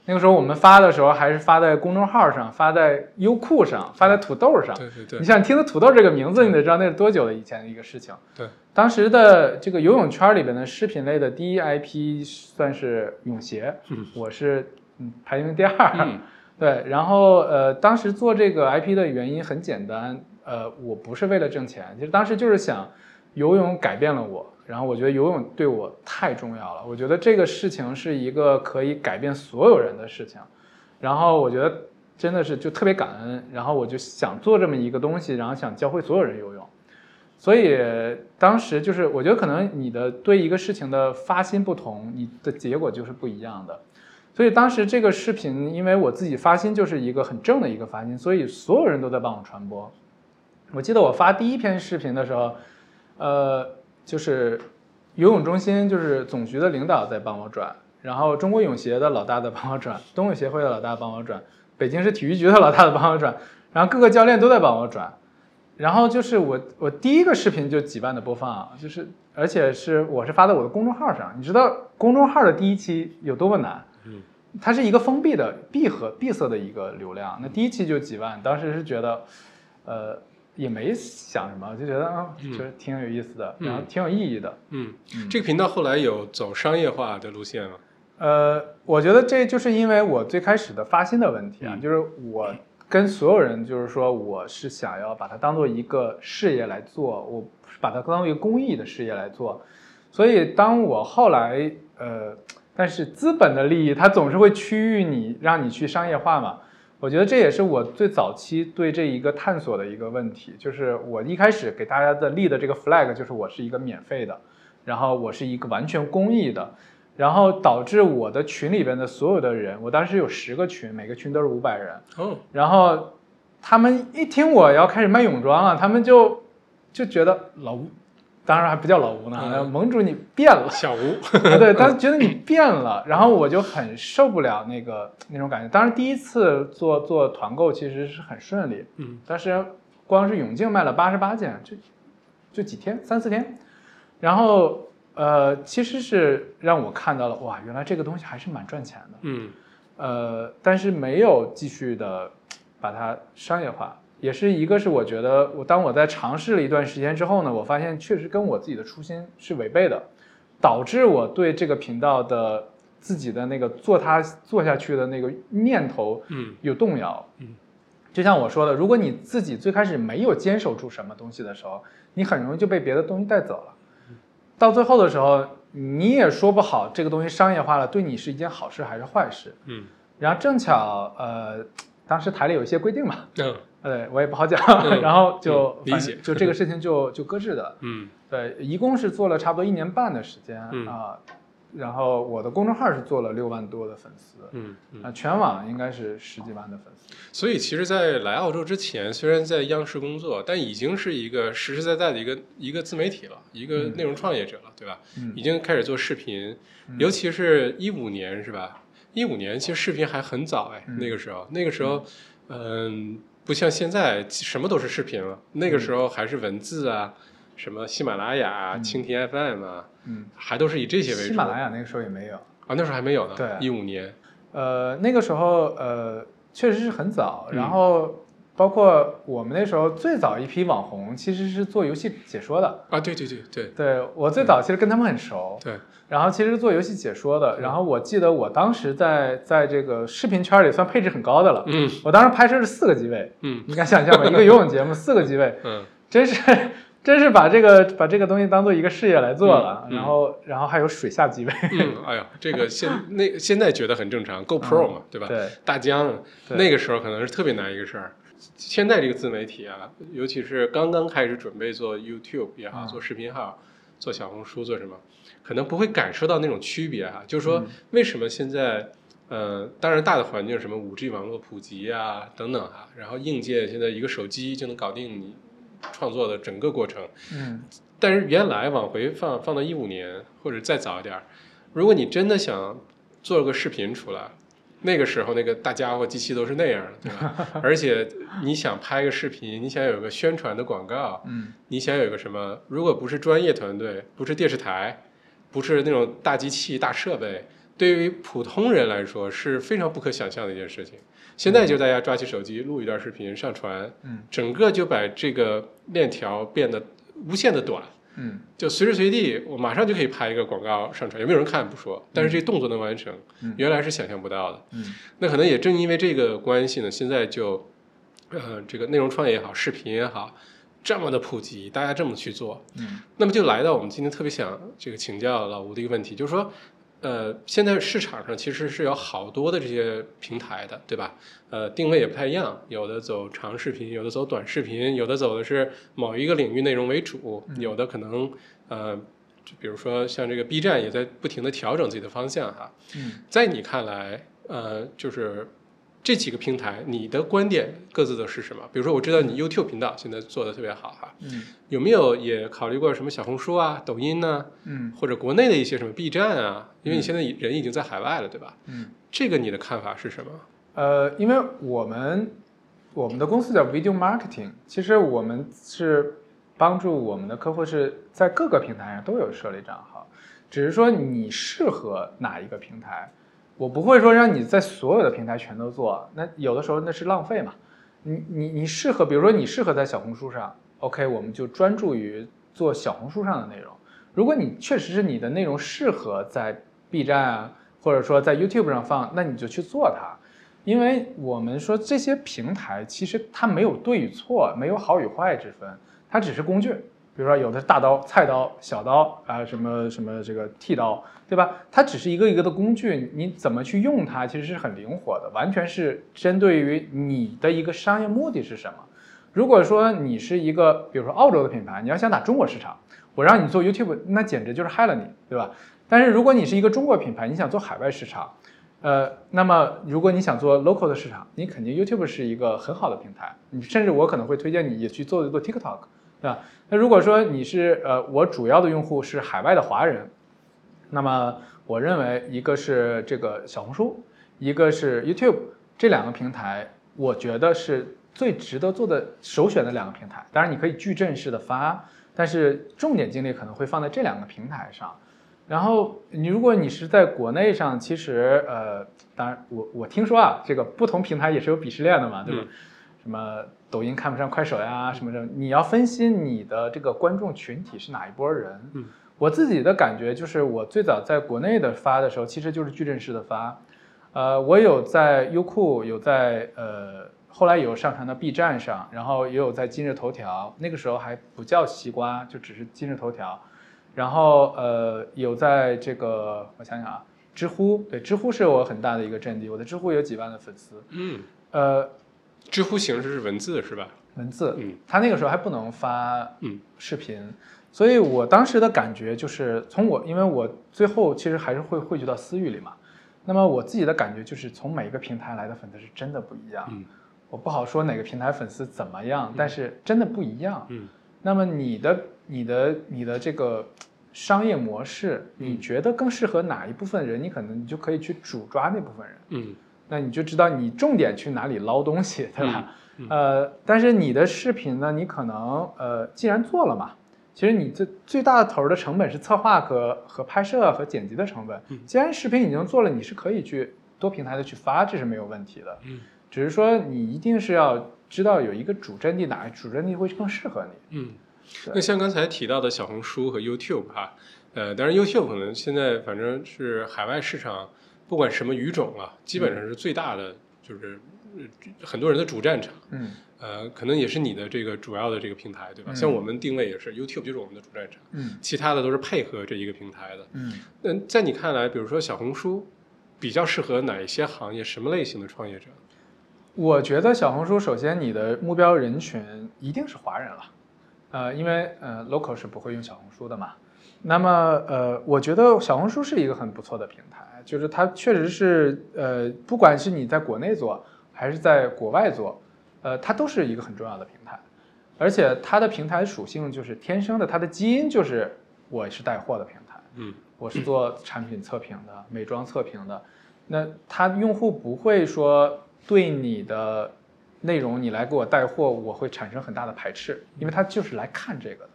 Speaker 2: 那个时候我们发的时候还是发在公众号上，发在优酷上，发在土豆上。
Speaker 1: 对对
Speaker 2: 你
Speaker 1: 对，
Speaker 2: 想听的土豆这个名字，你得知道那是多久的以前的一个事情。
Speaker 1: 对，
Speaker 2: 当时的这个游泳圈里边的视频类的第一 IP 算是泳鞋，
Speaker 1: 嗯
Speaker 2: 我是嗯排名第二。
Speaker 1: 嗯
Speaker 2: 对，然后呃，当时做这个 IP 的原因很简单，呃，我不是为了挣钱，其实当时就是想游泳改变了我，然后我觉得游泳对我太重要了，我觉得这个事情是一个可以改变所有人的事情，然后我觉得真的是就特别感恩，然后我就想做这么一个东西，然后想教会所有人游泳。所以当时就是，我觉得可能你的对一个事情的发心不同，你的结果就是不一样的。所以当时这个视频，因为我自己发心就是一个很正的一个发心，所以所有人都在帮我传播。我记得我发第一篇视频的时候，呃，就是游泳中心就是总局的领导在帮我转，然后中国泳协的老大在帮我转，冬泳协会的老大帮我转，北京市体育局的老大在帮我转，然后各个教练都在帮我转。然后就是我我第一个视频就几万的播放啊，就是而且是我是发在我的公众号上，你知道公众号的第一期有多么难？
Speaker 1: 嗯，
Speaker 2: 它是一个封闭的闭合闭塞的一个流量，那第一期就几万，当时是觉得，呃，也没想什么，就觉得啊，
Speaker 1: 嗯
Speaker 2: 就是挺有意思的，
Speaker 1: 嗯
Speaker 2: 然后挺有意义的。
Speaker 1: 嗯，
Speaker 2: 嗯
Speaker 1: 这个频道后来有走商业化的路线吗？
Speaker 2: 呃，我觉得这就是因为我最开始的发心的问题啊，
Speaker 1: 嗯
Speaker 2: 就是我跟所有人就是说，我是想要把它当做一个事业来做，我把它当做一个公益的事业来做。所以当我后来呃，但是资本的利益它总是会趋于你，让你去商业化嘛。我觉得这也是我最早期对这一个探索的一个问题，就是我一开始给大家的立的这个 flag 就是我是一个免费的，然后我是一个完全公益的，然后导致我的群里边的所有的人，我当时有十个群，每个群都是五百人，
Speaker 1: 哦，
Speaker 2: 然后他们一听我要开始卖泳装啊了，他们就就觉得老吴，当然还不叫老吴呢，
Speaker 1: 嗯
Speaker 2: 盟主你变了，
Speaker 1: 小吴，
Speaker 2: 啊对，他觉得你变了，然后我就很受不了那个那种感觉。当然，第一次做做团购其实是很顺利，
Speaker 1: 嗯
Speaker 2: 当时光是泳镜卖了八十八件，就就几天，三四天。然后呃，其实是让我看到了，哇，原来这个东西还是蛮赚钱的。
Speaker 1: 嗯
Speaker 2: 呃，但是没有继续的把它商业化，也是一个是我觉得我当我在尝试了一段时间之后呢，我发现确实跟我自己的初心是违背的，导致我对这个频道的自己的那个做它做下去的那个念头
Speaker 1: 嗯
Speaker 2: 有动摇。
Speaker 1: 嗯，
Speaker 2: 就像我说的，如果你自己最开始没有坚守住什么东西的时候，你很容易就被别的东西带走了。到最后的时候，你也说不好这个东西商业化了，对你是一件好事还是坏事。
Speaker 1: 嗯
Speaker 2: 然后正巧呃，当时台里有一些规定嘛，
Speaker 1: 嗯
Speaker 2: 对我也不好讲，
Speaker 1: 嗯
Speaker 2: 然后就、
Speaker 1: 嗯理
Speaker 2: 反正
Speaker 1: 解
Speaker 2: 就这 个事情就就搁置的。
Speaker 1: 嗯
Speaker 2: 对，一共是做了差不多一年半的时间啊、
Speaker 1: 嗯
Speaker 2: 然后我的公众号是做了六万多的粉丝，
Speaker 1: 嗯嗯。
Speaker 2: 啊，全网应该是十几万的粉丝。
Speaker 1: 所以其实，在来澳洲之前，虽然在央视工作，但已经是一个实实在在的一个一个自媒体了，一个
Speaker 2: 嗯
Speaker 1: 内容创业者了，对吧？
Speaker 2: 嗯
Speaker 1: 已经开始做视频，
Speaker 2: 嗯
Speaker 1: 尤其是一五年是吧？一五年其实视频还很早哎，
Speaker 2: 嗯
Speaker 1: 那个时候，那个时候，嗯、不像现在什么都是视频了，那个时候还是文字啊，什么喜马拉雅、啊、
Speaker 2: 嗯
Speaker 1: 蜻蜓 FM 啊，
Speaker 2: 嗯，
Speaker 1: 还都是以这些为主。
Speaker 2: 喜马拉雅那个时候也没有。
Speaker 1: 啊，那时候还没有呢。
Speaker 2: 对
Speaker 1: 一五年，
Speaker 2: 呃，那个时候呃，确实是很早，
Speaker 1: 嗯
Speaker 2: 然后包括我们那时候最早一批网红其实是做游戏解说的。
Speaker 1: 啊，对对对对
Speaker 2: 对我最早其实跟他们很熟，
Speaker 1: 嗯对，
Speaker 2: 然后其实是做游戏解说的。
Speaker 1: 嗯
Speaker 2: 然后我记得我当时在在这个视频圈里算配置很高的了，
Speaker 1: 嗯
Speaker 2: 我当时拍摄是四个机位，
Speaker 1: 嗯
Speaker 2: 你敢想象吗？一个游泳节目四个机位，
Speaker 1: 嗯
Speaker 2: 真是真是把这个把这个东西当做一个事业来做了。
Speaker 1: 嗯嗯
Speaker 2: 然后然后还有水下机位，
Speaker 1: 嗯，哎呀，这个现那现在觉得很正常，GoPro 嘛，嗯对吧？
Speaker 2: 对
Speaker 1: 大疆
Speaker 2: 对
Speaker 1: 那个时候可能是特别难一个事儿。现在这个自媒体啊，尤其是刚刚开始准备做 YouTube 也好，
Speaker 2: 嗯
Speaker 1: 做视频号，做小红书，做什么，可能不会感受到那种区别哈、就是说
Speaker 2: 嗯，
Speaker 1: 为什么现在，呃，当然大的环境什么五 G 网络普及啊等等哈、然后硬件现在一个手机就能搞定你创作的整个过程，
Speaker 2: 嗯
Speaker 1: 但是原来往回放放到一五年或者再早一点儿，如果你真的想做个视频出来，那个时候那个大家伙机器都是那样的，对吧？而且你想拍个视频，你想有个宣传的广告，
Speaker 2: 嗯
Speaker 1: 你想有个什么？如果不是专业团队，不是电视台，不是那种大机器、大设备，对于普通人来说是非常不可想象的一件事情。现在就大家抓起手机录一段视频上传，
Speaker 2: 嗯
Speaker 1: 整个就把这个链条变得无限的短。
Speaker 2: 嗯
Speaker 1: 就随时随地，我马上就可以拍一个广告上传，有没有人看不说，但是这动作能完成，
Speaker 2: 嗯
Speaker 1: 原来是想象不到的。
Speaker 2: 嗯
Speaker 1: 那可能也正因为这个关系呢，现在就，呃，这个内容创业也好，视频也好，这么的普及，大家这么去做，
Speaker 2: 嗯
Speaker 1: 那么就来到我们今天特别想这个请教老吴的一个问题，就是说，呃，现在市场上其实是有好多的这些平台的，对吧？呃，定位也不太一样，有的走长视频，有的走短视频，有的走的是某一个领域内容为主，
Speaker 2: 嗯
Speaker 1: 有的可能呃，就比如说像这个 B 站也在不停的调整自己的方向哈、
Speaker 2: 嗯
Speaker 1: 在你看来，呃，就是这几个平台，你的观点各自的是什么？比如说，我知道你 YouTube 频道现在做的特别好哈、
Speaker 2: 嗯
Speaker 1: 有没有也考虑过什么小红书啊、抖音呢、
Speaker 2: 嗯
Speaker 1: 或者国内的一些什么 B 站啊？因为你现在已人已经在海外了，对吧？
Speaker 2: 嗯，
Speaker 1: 这个你的看法是什么？
Speaker 2: 呃，因为我们我们的公司叫 Video Marketing，其实我们是帮助我们的客户是在各个平台上都有设立账号，只是说你适合哪一个平台，我不会说让你在所有的平台全都做，那有的时候那是浪费嘛。你你你适合，比如说你适合在小红书上，OK，我们就专注于做小红书上的内容。如果你确实是你的内容适合在 B 站啊，或者说在 YouTube 上放，那你就去做它。因为我们说这些平台其实它没有对与错，没有好与坏之分，它只是工具。比如说有的是大刀、菜刀、小刀啊、什么什么这个剃刀，对吧？它只是一个一个的工具，你怎么去用它其实是很灵活的，完全是针对于你的一个商业目的是什么。如果说你是一个，比如说澳洲的品牌，你要想打中国市场，我让你做 YouTube，那简直就是害了你，对吧？但是如果你是一个中国品牌，你想做海外市场，呃，那么如果你想做 local 的市场，你肯定 YouTube 是一个很好的平台，你甚至我可能会推荐你也去做一做 TikTok，对吧？那如果说你是呃，我主要的用户是海外的华人，那么我认为一个是这个小红书，一个是 YouTube 这两个平台，我觉得是最值得做的首选的两个平台。当然，你可以矩阵式的发，但是重点精力可能会放在这两个平台上。然后你如果你是在国内上，其实呃，当然我我听说啊，这个不同平台也是有鄙视链的嘛，对吧？
Speaker 1: 嗯
Speaker 2: 什么抖音看不上快手呀，什么什么，你要分析你的这个观众群体是哪一波人。
Speaker 1: 嗯，
Speaker 2: 我自己的感觉就是，我最早在国内的发的时候，其实就是矩阵式的发。呃，我有在优酷，有在呃，后来有上传到 B 站上，然后也有在今日头条，那个时候还不叫西瓜，就只是今日头条。然后呃，有在这个我想想啊，知乎，对，知乎是我很大的一个阵地，我的知乎有几万的粉丝。
Speaker 1: 嗯，
Speaker 2: 呃，
Speaker 1: 知乎形式是文字是吧？
Speaker 2: 文字，
Speaker 1: 嗯
Speaker 2: 他那个时候还不能发
Speaker 1: 嗯
Speaker 2: 视频，所以我当时的感觉就是，从我因为我最后其实还是会汇聚到私域里嘛，那么我自己的感觉就是，从每一个平台来的粉丝是真的不一样。
Speaker 1: 嗯
Speaker 2: 我不好说哪个平台粉丝怎么样，但是真的不一样。
Speaker 1: 嗯
Speaker 2: 那么你的、你的、你的这个商业模式，
Speaker 1: 嗯
Speaker 2: 你觉得更适合哪一部分人？你可能你就可以去主抓那部分人，
Speaker 1: 嗯
Speaker 2: 那你就知道你重点去哪里捞东西，对吧？
Speaker 1: 嗯嗯
Speaker 2: 呃，但是你的视频呢，你可能呃，既然做了嘛，其实你最最大的头儿的成本是策划和和拍摄和剪辑的成本
Speaker 1: 嗯。
Speaker 2: 既然视频已经做了，你是可以去多平台的去发，这是没有问题的。
Speaker 1: 嗯
Speaker 2: 只是说你一定是要知道有一个主阵地，哪个主阵地会更适合你。
Speaker 1: 嗯。
Speaker 2: 对
Speaker 1: 那像刚才提到的小红书和 YouTube 哈、呃，当然 YouTube 可能现在反正是海外市场，不管什么语种啊，基本上是最大的，就是呃很多人的主战场。
Speaker 2: 嗯
Speaker 1: 呃，可能也是你的这个主要的这个平台，对吧？
Speaker 2: 嗯
Speaker 1: 像我们定位也是 YouTube 就是我们的主战场，
Speaker 2: 嗯
Speaker 1: 其他的都是配合这一个平台的。
Speaker 2: 嗯
Speaker 1: 那在你看来，比如说小红书，比较适合哪一些行业、什么类型的创业者？
Speaker 2: 我觉得小红书首先你的目标人群一定是华人了，呃，因为呃 local 是不会用小红书的嘛。那么呃，我觉得小红书是一个很不错的平台，就是它确实是呃，不管是你在国内做还是在国外做，呃，它都是一个很重要的平台，而且它的平台属性就是天生的，它的基因就是我是带货的平台。
Speaker 1: 嗯
Speaker 2: 我是做产品测评的、美妆测评的，那他用户不会说对你的内容你来给我带货，我会产生很大的排斥，因为他就是来看这个的。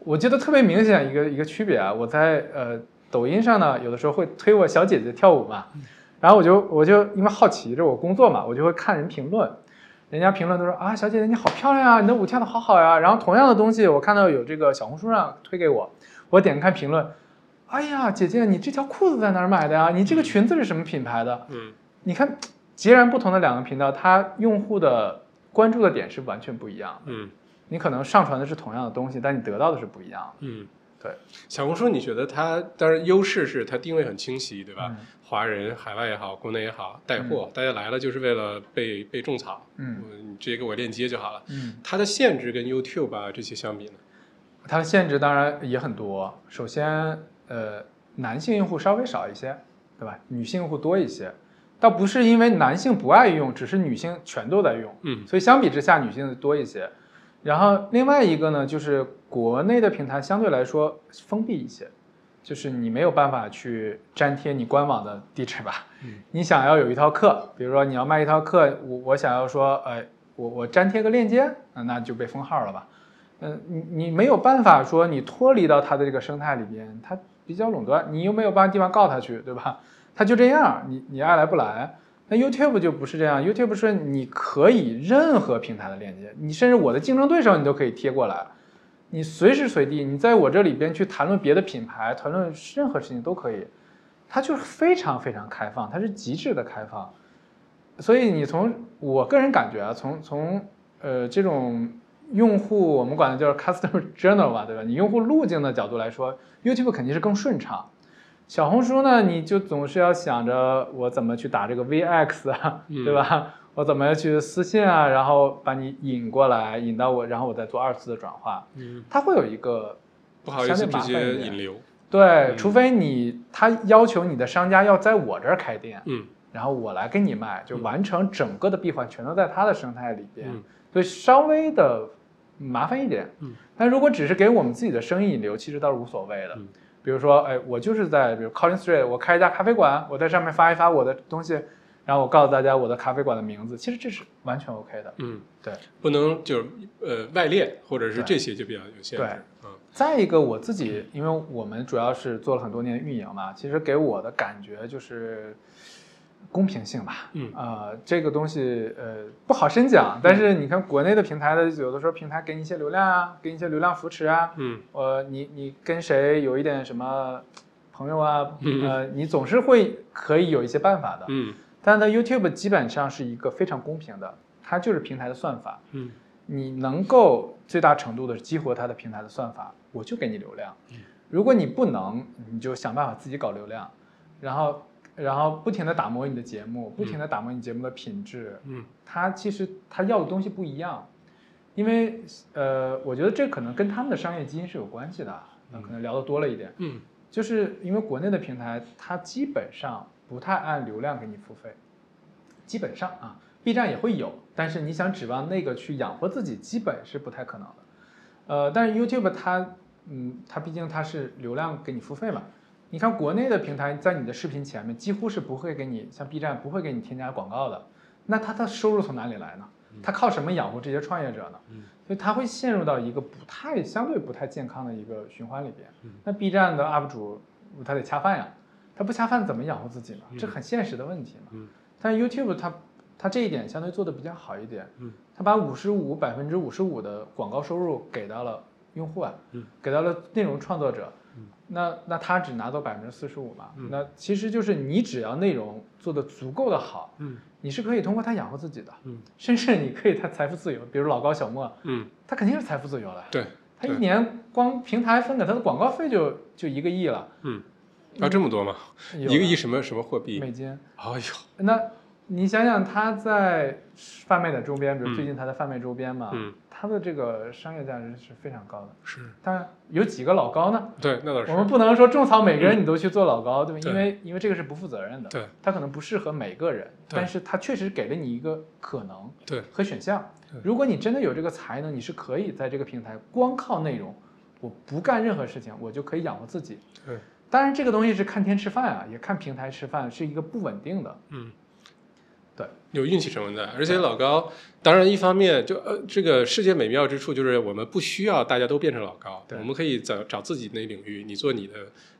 Speaker 2: 我觉得特别明显一个一个区别啊，我在呃抖音上呢，有的时候会推我小姐姐跳舞嘛，然后我就我就因为好奇，这是我工作嘛，我就会看人评论，人家评论都说啊，小姐姐你好漂亮啊，你的舞跳的好好呀、然后同样的东西，我看到有这个小红书上推给我，我点开看评论，哎呀，姐姐你这条裤子在哪儿买的呀？你这个裙子是什么品牌的？
Speaker 1: 嗯
Speaker 2: 你看，截然不同的两个频道，它用户的关注的点是完全不一样的。
Speaker 1: 嗯
Speaker 2: 你可能上传的是同样的东西，但你得到的是不一样
Speaker 1: 嗯，
Speaker 2: 对。
Speaker 1: 小红书，你觉得它当然优势是它定位很清晰，对
Speaker 2: 的，
Speaker 1: 吧？？华人、海外也好，国内也好，带货，大家来了就是为了被被种草，
Speaker 2: 嗯
Speaker 1: 我你直接给我链接就好了。
Speaker 2: 嗯，
Speaker 1: 它的限制跟 YouTube 啊这些相比呢？
Speaker 2: 它的限制当然也很多。首先，呃，男性用户稍微少一些，对吧？女性用户多一些，倒不是因为男性不爱用，只是女性全都在用。
Speaker 1: 嗯
Speaker 2: 所以相比之下，女性的多一些。然后另外一个呢，就是国内的平台相对来说封闭一些，就是你没有办法去粘贴你官网的地址吧。
Speaker 1: 嗯
Speaker 2: 你想要有一套课，比如说你要卖一套课，我我想要说，呃，我我粘贴个链接，呃那就被封号了吧。嗯、你你没有办法说你脱离到它的这个生态里边，它比较垄断，你又没有办法地方告他去，对吧？他就这样，你你爱来不来。那 YouTube 就不是这样，YouTube 是你可以任何平台的链接，你甚至我的竞争对手你都可以贴过来，你随时随地你在我这里边去谈论别的品牌，谈论任何事情都可以，它就是非常非常开放，它是极致的开放，所以你从我个人感觉啊，从从呃这种用户我们管它叫 customer journal 吧，对吧？你用户路径的角度来说，YouTube 肯定是更顺畅。小红书呢，你就总是要想着我怎么去打这个 VX 啊，
Speaker 1: 嗯
Speaker 2: 对吧？我怎么去私信啊，然后把你引过来，引到我，然后我再做二次的转化，
Speaker 1: 嗯，
Speaker 2: 它会有一个
Speaker 1: 不好意思，
Speaker 2: 相对
Speaker 1: 直
Speaker 2: 麻烦一
Speaker 1: 接
Speaker 2: 点
Speaker 1: 引流。
Speaker 2: 对，除非你他要求你的商家要在我这儿开店，
Speaker 1: 嗯
Speaker 2: 然后我来给你卖，就
Speaker 1: 嗯
Speaker 2: 完成整个的闭环全都在他的生态里边，
Speaker 1: 嗯
Speaker 2: 所以稍微的麻烦一点。
Speaker 1: 嗯，
Speaker 2: 但如果只是给我们自己的生意引流，其实倒是无所谓的。
Speaker 1: 嗯
Speaker 2: 比如说，哎，我就是在比如 Collins Street，我开一家咖啡馆，我在上面发一发我的东西，然后我告诉大家我的咖啡馆的名字，其实这是完全 OK 的。
Speaker 1: 嗯，
Speaker 2: 对，
Speaker 1: 不能就是呃外链或者是
Speaker 2: 对
Speaker 1: 这些就比较有限制。嗯
Speaker 2: 再一个，我自己，因为我们主要是做了很多年运营嘛，其实给我的感觉就是公平性吧。
Speaker 1: 嗯
Speaker 2: 呃，这个东西呃不好深讲，但
Speaker 1: 嗯
Speaker 2: 是你看国内的平台的，有的时候平台给你一些流量啊，给你一些流量扶持啊，
Speaker 1: 嗯
Speaker 2: 呃，你你跟谁有一点什么朋友啊，
Speaker 1: 嗯
Speaker 2: 呃，你总是会可以有一些办法的。
Speaker 1: 嗯
Speaker 2: 但在 YouTube 基本上是一个非常公平的，它就是平台的算法，
Speaker 1: 嗯
Speaker 2: 你能够最大程度的激活它的平台的算法，我就给你流量
Speaker 1: 嗯。
Speaker 2: 如果你不能，你就想办法自己搞流量，然后然后不停的打磨你的节目，不停的打磨你节目的品质。
Speaker 1: 嗯
Speaker 2: 它其实它要的东西不一样，因为呃，我觉得这可能跟他们的商业基因是有关系的啊。那可能聊的多了一点，
Speaker 1: 嗯
Speaker 2: 就是因为国内的平台它基本上不太按流量给你付费，基本上啊，B 站也会有，但是你想指望那个去养活自己，基本是不太可能的。呃，但是 YouTube 它，嗯，它毕竟它是流量给你付费嘛。你看国内的平台在你的视频前面几乎是不会给你，像 B 站不会给你添加广告的，那它的收入从哪里来呢？它靠什么养活这些创业者呢？
Speaker 1: 嗯
Speaker 2: 所以它会陷入到一个不太相对不太健康的一个循环里边
Speaker 1: 嗯。
Speaker 2: 那 B 站的 UP 主他得恰饭呀，他不恰饭怎么养活自己呢？这很现实的问题嘛。
Speaker 1: 嗯
Speaker 2: 但 YouTube 它它这一点相对做的比较好一点，
Speaker 1: 嗯
Speaker 2: 它把五十五百分之五十五的广告收入给到了用户啊，
Speaker 1: 嗯
Speaker 2: 给到了内容创作者，
Speaker 1: 嗯
Speaker 2: 那那他只拿走百分之四十五嘛，
Speaker 1: 嗯
Speaker 2: 那其实就是你只要内容做的足够的好，
Speaker 1: 嗯
Speaker 2: 你是可以通过它养活自己的，
Speaker 1: 嗯
Speaker 2: 甚至你可以他财富自由，比如老高、小莫，
Speaker 1: 嗯，
Speaker 2: 他肯定是财富自由了，
Speaker 1: 对，
Speaker 2: 他一年光平台分给他的广告费就就一个亿了，
Speaker 1: 嗯，啊这么多吗？
Speaker 2: 有
Speaker 1: 一个
Speaker 2: 了
Speaker 1: 亿什么什么货币？
Speaker 2: 美金，
Speaker 1: 哎呦，
Speaker 2: 那你想想他在贩卖的周边，比如
Speaker 1: 嗯
Speaker 2: 最近他在贩卖周边嘛，
Speaker 1: 嗯
Speaker 2: 它的这个商业价值是非常高的。
Speaker 1: 是
Speaker 2: 当然有几个老高呢？
Speaker 1: 对，那倒
Speaker 2: 我们
Speaker 1: 是，嗯
Speaker 2: 不能说种草每个人你都去做老高，对吧？
Speaker 1: 对
Speaker 2: 因为因为这个是不负责任的，
Speaker 1: 对
Speaker 2: 它可能不适合每个人，
Speaker 1: 对
Speaker 2: 但是它确实给了你一个可能
Speaker 1: 对
Speaker 2: 和选项
Speaker 1: 对。
Speaker 2: 如果你真的有这个才能，你是可以在这个平台光靠内容，我不干任何事情，我就可以养活自己。
Speaker 1: 对，
Speaker 2: 当然，这个东西是看天吃饭啊，也看平台吃饭，是一个不稳定的。
Speaker 1: 嗯。
Speaker 2: 对，
Speaker 1: 有运气成分在，而且老高，当然一方面就呃，这个世界美妙之处就是我们不需要大家都变成老高，
Speaker 2: 对
Speaker 1: 我们可以找找自己那领域，你做你的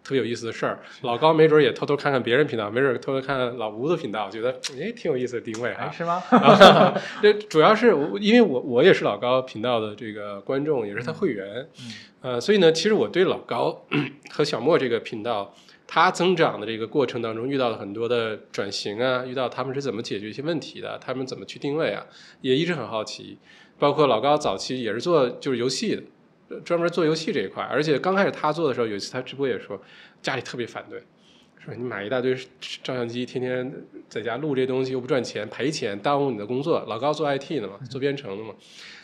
Speaker 1: 特别有意思的事儿。老高没准也偷偷看看别人频道，没准偷偷看看老吴的频道，觉得哎挺有意思的定位
Speaker 2: 哎，
Speaker 1: 啊。
Speaker 2: 是 吗？
Speaker 1: 啊， 这主要是我因为我我也是老高频道的这个观众，也是他会员，
Speaker 2: 嗯
Speaker 1: 呃，所以呢，其实我对老高 和小莫这个频道，它增长的这个过程当中遇到了很多的转型啊，遇到他们是怎么解决一些问题的，他们怎么去定位啊，也一直很好奇。包括老高早期也是做就是游戏的，呃专门做游戏这一块，而且刚开始他做的时候，有一次他直播也说，家里特别反对。说你买一大堆照相机，天天在家录这东西又不赚钱，赔钱，耽误你的工作。老高做 IT 的嘛，做编程的嘛，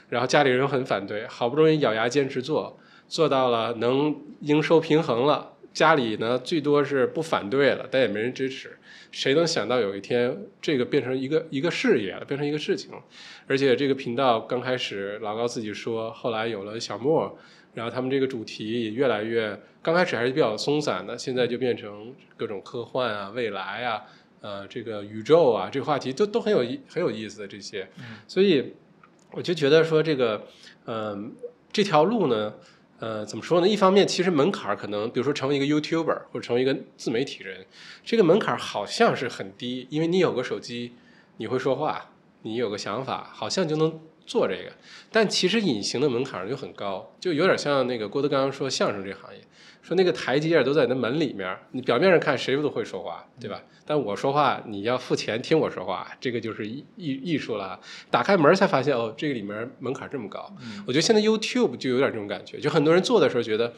Speaker 1: 然后家里人很反对，好不容易咬牙坚持做，做到了能营收平衡了，家里呢最多是不反对了，但也没人支持。谁能想到有一天这个变成一个一个事业了，变成一个事情了？而且这个频道刚开始老高自己说，后来有了小莫，然后他们这个主题也越来越，刚开始还是比较松散的，现在就变成各种科幻啊、未来啊、呃这个宇宙啊这个话题都都很有意很有意思的这些，
Speaker 2: 嗯
Speaker 1: 所以我就觉得说这个，嗯、这条路呢。呃，怎么说呢？一方面，其实门槛儿可能，比如说成为一个 YouTuber 或者成为一个自媒体人，这个门槛儿好像是很低，因为你有个手机，你会说话，你有个想法，好像就能做这个。但其实隐形的门槛儿就很高，就有点像那个郭德纲说相声这个行业，说那个台阶儿都在你的门里面儿，你表面上看谁都会说话，对吧？但我说话，你要付钱听我说话，这个就是艺艺艺术了啊。打开门儿才发现，哦，这个里面门槛儿这么高。
Speaker 2: 嗯
Speaker 1: 我觉得现在 YouTube 就有点这种感觉，就很多人做的时候觉得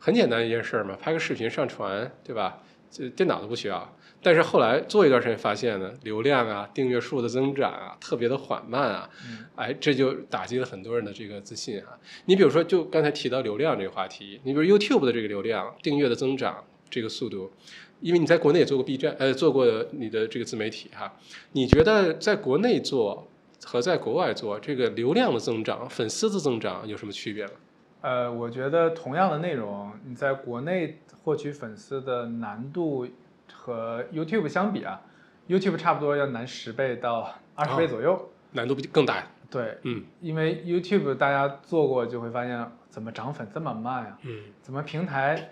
Speaker 1: 很简单一件事儿嘛，拍个视频上传，对吧？这电脑都不需要。但是后来做一段时间发现呢，流量啊、订阅数的增长啊，特别的缓慢啊，
Speaker 2: 嗯
Speaker 1: 哎，这就打击了很多人的这个自信啊。你比如说，就刚才提到流量这个话题，你比如 YouTube 的这个流量、订阅的增长这个速度，因为你在国内也做过 B 站，呃，做过你的这个自媒体哈、你觉得在国内做和在国外做这个流量的增长、粉丝的增长有什么区别吗？
Speaker 2: 呃，我觉得同样的内容，你在国内获取粉丝的难度和 YouTube 相比啊，YouTube 差不多要难十倍到二十倍左右。
Speaker 1: 难度不更大？
Speaker 2: 对，
Speaker 1: 嗯
Speaker 2: 因为 YouTube 大家做过就会发现，怎么涨粉这么慢啊呀、
Speaker 1: 嗯
Speaker 2: 怎么平台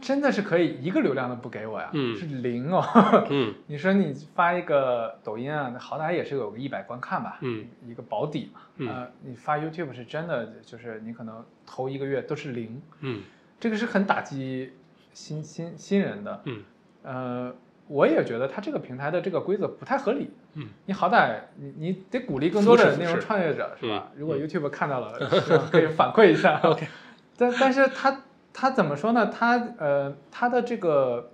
Speaker 2: 真的是可以一个流量都不给我呀？
Speaker 1: 嗯
Speaker 2: 是零哦。
Speaker 1: 嗯
Speaker 2: 你说你发一个抖音啊，好歹也是有个一百观看吧，
Speaker 1: 嗯
Speaker 2: 一个保底嘛。
Speaker 1: 嗯
Speaker 2: 呃，你发 YouTube 是真的，就是你可能头一个月都是零。
Speaker 1: 嗯
Speaker 2: 这个是很打击新新新人的。
Speaker 1: 嗯
Speaker 2: 呃，我也觉得它这个平台的这个规则不太合理。
Speaker 1: 嗯，
Speaker 2: 你好歹你你得鼓励更多
Speaker 1: 扶持
Speaker 2: 的
Speaker 1: 扶持
Speaker 2: 内容创业者是吧？
Speaker 1: 嗯
Speaker 2: 如果 YouTube 看到了，是吧可以反馈一下。
Speaker 1: OK
Speaker 2: 但但是它它怎么说呢？它呃它的这个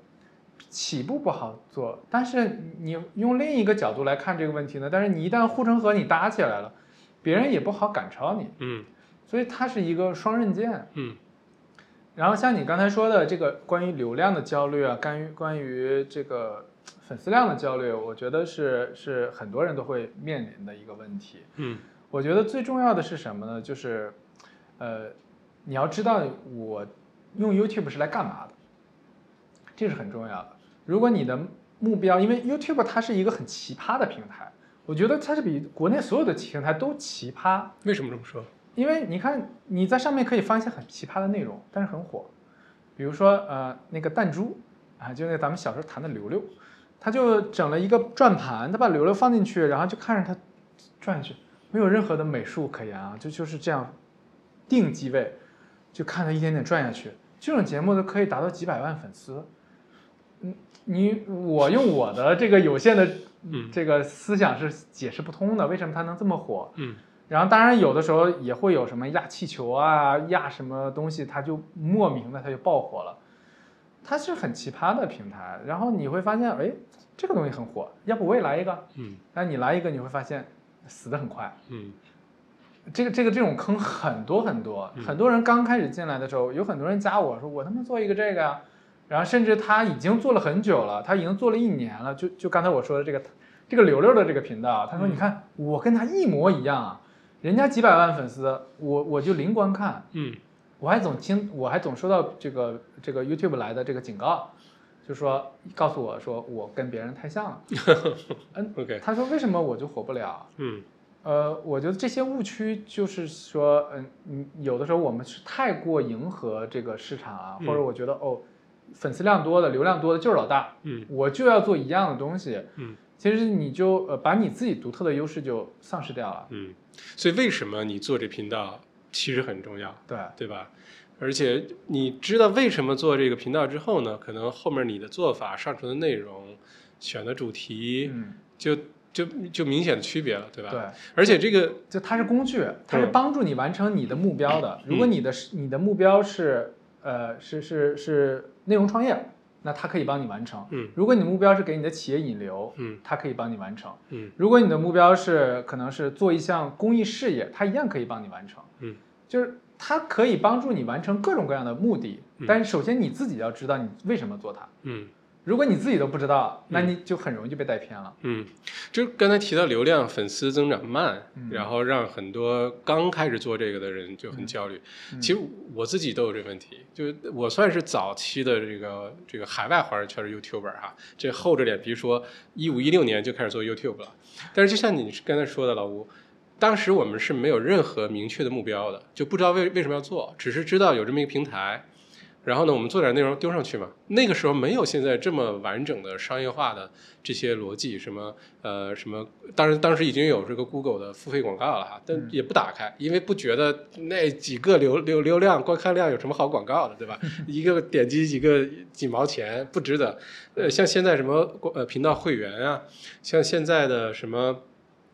Speaker 2: 起步不好做，但是你用另一个角度来看这个问题呢，但是你一旦护城河你搭起来了。比别人也不好赶超你，
Speaker 1: 嗯
Speaker 2: 所以它是一个双刃剑。
Speaker 1: 嗯
Speaker 2: 然后像你刚才说的这个关于流量的焦虑啊，关于关于这个粉丝量的焦虑，我觉得是是很多人都会面临的一个问题。
Speaker 1: 嗯
Speaker 2: 我觉得最重要的是什么呢？就是，呃，你要知道我用 YouTube 是来干嘛的，这是很重要的。如果你的目标，因为 YouTube 它是一个很奇葩的平台，我觉得它是比国内所有的平台都奇葩。
Speaker 1: 为什么这么说？
Speaker 2: 因为你看你在上面可以发一些很奇葩的内容，但是很火，比如说呃那个弹珠啊，就那咱们小时候弹的溜溜，他就整了一个转盘，他把溜溜放进去，然后就看着它转下去，没有任何的美术可言啊，就就是这样定机位，就看它一点点转下去，这种节目都可以达到几百万粉丝。嗯，你我用我的这个有限的
Speaker 1: 嗯
Speaker 2: 这个思想是解释不通的，为什么它能这么火？
Speaker 1: 嗯
Speaker 2: 然后当然有的时候也会有什么压气球啊、压什么东西，它就莫名的它就爆火了。它是很奇葩的平台，然后你会发现，哎，这个东西很火，要不我也来一个？
Speaker 1: 嗯
Speaker 2: 那你来一个，你会发现死的很快。
Speaker 1: 嗯
Speaker 2: 这个这个这种坑很多很多
Speaker 1: 嗯，
Speaker 2: 很多人刚开始进来的时候，有很多人加我说我他妈做一个这个呀，然后甚至他已经做了很久了，他已经做了一年了，就就刚才我说的这个这个刘六的这个频道，啊他说
Speaker 1: 嗯
Speaker 2: 你看我跟他一模一样啊，人家几百万粉丝，我我就零观看，
Speaker 1: 嗯
Speaker 2: 我还总听我还总收到这个这个 YouTube 来的这个警告，就说告诉我说我跟别人太像了，
Speaker 1: ，OK，
Speaker 2: 他说为什么我就火不了？
Speaker 1: 嗯
Speaker 2: 呃，我觉得这些误区就是说，嗯，你有的时候我们是太过迎合这个市场啊，
Speaker 1: 嗯
Speaker 2: 或者我觉得哦，粉丝量多的、流量多的就是老大，
Speaker 1: 嗯
Speaker 2: 我就要做一样的东西。
Speaker 1: 嗯
Speaker 2: 其实你就呃把你自己独特的优势就丧失掉了。
Speaker 1: 嗯，所以为什么你做这频道其实很重要？
Speaker 2: 对，
Speaker 1: 对吧？而且你知道为什么做这个频道之后呢？可能后面你的做法、上传的内容、选的主题
Speaker 2: 嗯，
Speaker 1: 就，就就明显的区别了，对吧？
Speaker 2: 对，
Speaker 1: 而且这个，
Speaker 2: 就它是工具，它是
Speaker 1: 对嗯
Speaker 2: 帮助你完成你的目标的。如果你的是你的目标是呃是是是内容创业，那它可以帮你完成；
Speaker 1: 嗯
Speaker 2: 如果你的目标是给你的企业引流，
Speaker 1: 嗯
Speaker 2: 它可以帮你完成。
Speaker 1: 嗯
Speaker 2: 如果你的目标是可能是做一项公益事业，它一样可以帮你完成。
Speaker 1: 嗯，
Speaker 2: 就是它可以帮助你完成各种各样的目的
Speaker 1: 嗯，
Speaker 2: 但是首先你自己要知道你为什么做它。
Speaker 1: 嗯
Speaker 2: 如果你自己都不知道，那你就很容易就被带偏了。
Speaker 1: 嗯，就刚才提到流量、粉丝增长慢，
Speaker 2: 嗯
Speaker 1: 然后让很多刚开始做这个的人就很焦虑。
Speaker 2: 嗯
Speaker 1: 其实我自己都有这问题，就是我算是早期的这个这个海外华人圈的 YouTuber 哈、这厚着脸皮说一五一六年就开始做 YouTube 了，但是就像你刚才说的，老吴，当时我们是没有任何明确的目标的，就不知道为为什么要做，只是知道有这么一个平台，然后呢，我们做点内容丢上去嘛。那个时候没有现在这么完整的商业化的这些逻辑，什么呃什么，当然当时已经有这个 Google 的付费广告了哈，但
Speaker 2: 嗯
Speaker 1: 也不打开，因为不觉得那几个流流流量观看量有什么好广告的，对吧？一个点击几个几毛钱不值得。呃，像现在什么呃频道会员啊，像现在的什么。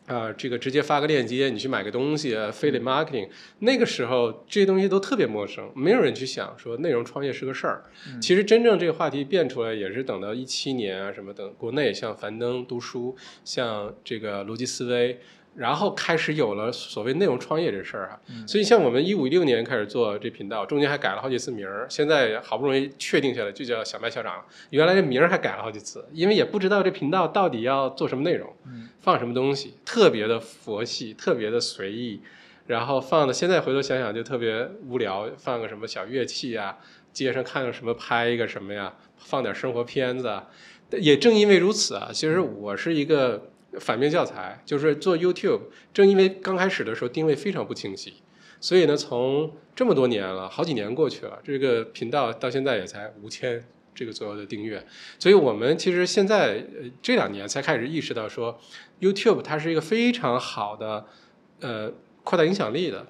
Speaker 1: 啊，这个直接发个链接，你去买个东西啊，affiliate
Speaker 2: 嗯
Speaker 1: marketing，那个时候这些东西都特别陌生，没有人去想说内容创业是个事儿。
Speaker 2: 嗯
Speaker 1: 其实真正这个话题变出来，也是等到一七年啊什么等国内像樊登读书，像这个逻辑思维，然后开始有了所谓内容创业这事儿、啊、
Speaker 2: 嗯
Speaker 1: 所以像我们一五一六年开始做这频道，中间还改了好几次名儿，现在好不容易确定下来，就叫小麦校长了。原来这名儿还改了好几次，因为也不知道这频道到底要做什么内容。
Speaker 2: 嗯
Speaker 1: 放什么东西，特别的佛系，特别的随意，然后放的现在回头想想就特别无聊，放个什么小乐器啊，街上看个什么拍一个什么呀，放点生活片子啊。但也正因为如此啊，其实我是一个反面教材，就是做 YouTube，正因为刚开始的时候定位非常不清晰。所以呢，从这么多年了，好几年过去了，这个频道到现在也才五千这个左右的订阅，所以我们其实现在呃这两年才开始意识到说，YouTube 它是一个非常好的，呃，扩大影响力的，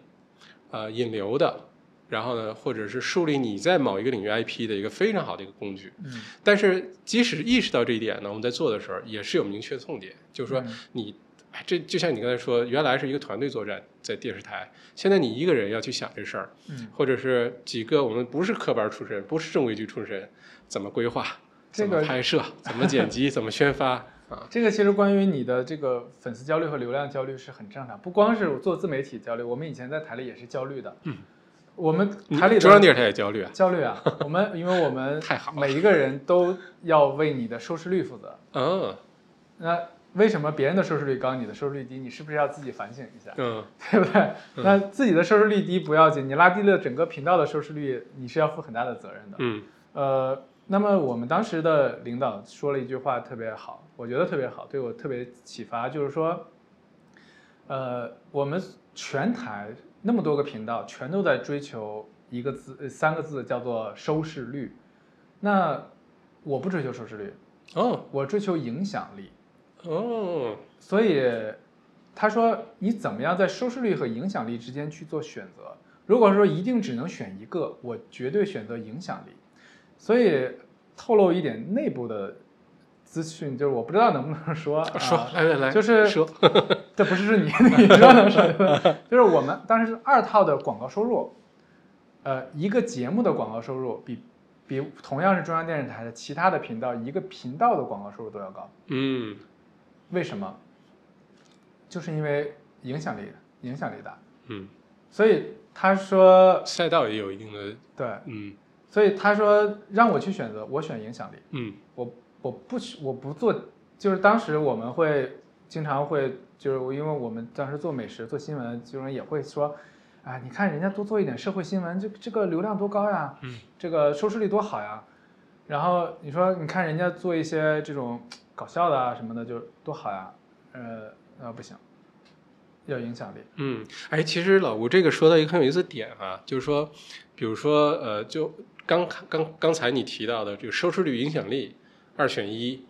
Speaker 1: 呃，引流的，然后呢，或者是树立你在某一个领域 IP 的一个非常好的一个工具。
Speaker 2: 嗯，
Speaker 1: 但是即使意识到这一点呢，我们在做的时候也是有明确的痛点，就是说
Speaker 2: 嗯
Speaker 1: 你，哎这就像你刚才说，原来是一个团队作战在电视台，现在你一个人要去想这事儿，
Speaker 2: 嗯，
Speaker 1: 或者是几个我们不是科班出身，不是正规剧出身，怎么规划，
Speaker 2: 这
Speaker 1: 怎
Speaker 2: 个
Speaker 1: 么拍摄，怎么剪辑，怎么宣发，啊，
Speaker 2: 这个其实关于你的这个粉丝焦虑和流量焦虑是很正常，不光是做自媒体焦虑，我们以前在台里也是焦虑的。
Speaker 1: 嗯，
Speaker 2: 我们
Speaker 1: 你
Speaker 2: 台里的
Speaker 1: 中央电视台也焦虑啊，
Speaker 2: 焦虑啊，我们因为我们
Speaker 1: 太好了
Speaker 2: 每一个人都要为你的收视率负责。
Speaker 1: 嗯
Speaker 2: 那为什么别人的收视率高，你的收视率低？你是不是要自己反省一下，
Speaker 1: 嗯
Speaker 2: 对不对？那自己的收视率低不要紧，你拉低了整个频道的收视率，你是要负很大的责任的。
Speaker 1: 嗯
Speaker 2: 呃，那么我们当时的领导说了一句话特别好，我觉得特别好，对我特别启发，就是说，呃，我们全台那么多个频道，全都在追求一个字、呃三个字，叫做收视率。那我不追求收视率，
Speaker 1: 哦
Speaker 2: 我追求影响力。
Speaker 1: 哦
Speaker 2: 所以他说，你怎么样在收视率和影响力之间去做选择？如果说一定只能选一个，我绝对选择影响力。所以透露一点内部的资讯，就是我不知道能不能说，啊
Speaker 1: 说来来来，
Speaker 2: 就是
Speaker 1: 说，
Speaker 2: 这不是说你 你知道能说对吧就是我们当时是二套的广告收入，呃，一个节目的广告收入比比同样是中央电视台的其他的频道一个频道的广告收入都要高。
Speaker 1: 嗯
Speaker 2: 为什么？就是因为影响力，影响力大。
Speaker 1: 嗯，
Speaker 2: 所以他说，
Speaker 1: 赛道也有一定的，
Speaker 2: 对，
Speaker 1: 嗯
Speaker 2: 所以他说让我去选择，我选影响力，
Speaker 1: 嗯
Speaker 2: 我我不去我不做，就是当时我们会经常会，就是我因为我们当时做美食做新闻，就是也会说，啊，你看人家多做一点社会新闻，这这个流量多高呀，
Speaker 1: 嗯
Speaker 2: 这个收视率多好呀。然后你说，你看人家做一些这种搞笑的啊什么的，就多好呀。呃，那不行，要影响力。
Speaker 1: 嗯，哎，其实老吴这个说到一个很有意思的点啊，就是说，比如说呃，就刚刚刚才你提到的这个收视率影响力二选一。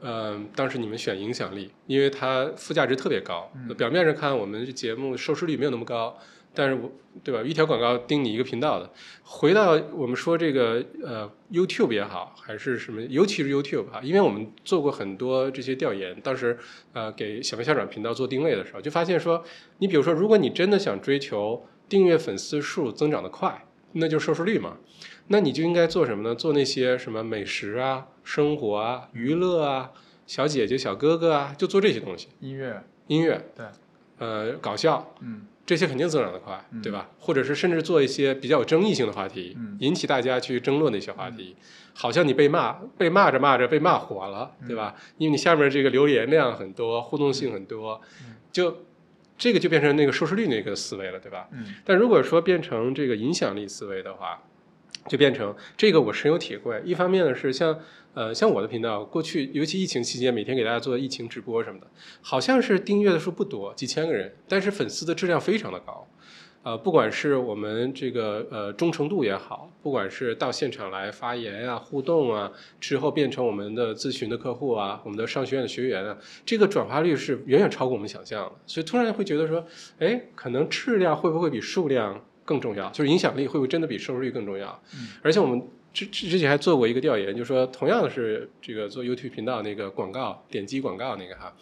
Speaker 1: 嗯，当时你们选影响力，因为它附加值特别高。
Speaker 2: 嗯
Speaker 1: 表面上看，我们这节目收视率没有那么高，但是我对吧？一条广告盯你一个频道的。回到我们说这个呃，YouTube 也好，还是什么，尤其是 YouTube 啊，因为我们做过很多这些调研，当时呃给小明校长频道做定位的时候，就发现说，你比如说，如果你真的想追求订阅粉丝数增长的快，那就是收视率嘛。那你就应该做什么呢？做那些什么美食啊、生活啊、娱乐啊、小姐姐、小哥哥啊，就做这些东西。
Speaker 2: 音乐，
Speaker 1: 音乐，
Speaker 2: 对，
Speaker 1: 呃，搞笑，
Speaker 2: 嗯
Speaker 1: 这些肯定增长得快，
Speaker 2: 嗯
Speaker 1: 对吧？或者是甚至做一些比较有争议性的话题，
Speaker 2: 嗯
Speaker 1: 引起大家去争论的一些话题，好像你被骂，被骂着骂着被骂火了，
Speaker 2: 嗯
Speaker 1: 对吧？因为你下面这个留言量很多，互动性很多，
Speaker 2: 嗯
Speaker 1: 就这个就变成那个收视率那个思维了，对吧？
Speaker 2: 嗯
Speaker 1: 但如果说变成这个影响力思维的话，就变成这个我深有体会。一方面呢是像呃像我的频道，过去尤其疫情期间，每天给大家做疫情直播什么的，好像是订阅的数不多，几千个人，但是粉丝的质量非常的高。呃，不管是我们这个呃忠诚度也好，不管是到现场来发言啊、互动啊，之后变成我们的咨询的客户啊，我们的商学院的学员啊，这个转化率是远远超过我们想象的。所以突然会觉得说，哎，可能质量会不会比数量更重要？就是影响力会不会真的比收视率更重要？
Speaker 2: 嗯
Speaker 1: 而且我们之之之前还做过一个调研，就说同样是这个做 YouTube 频道那个广告点击广告那个哈，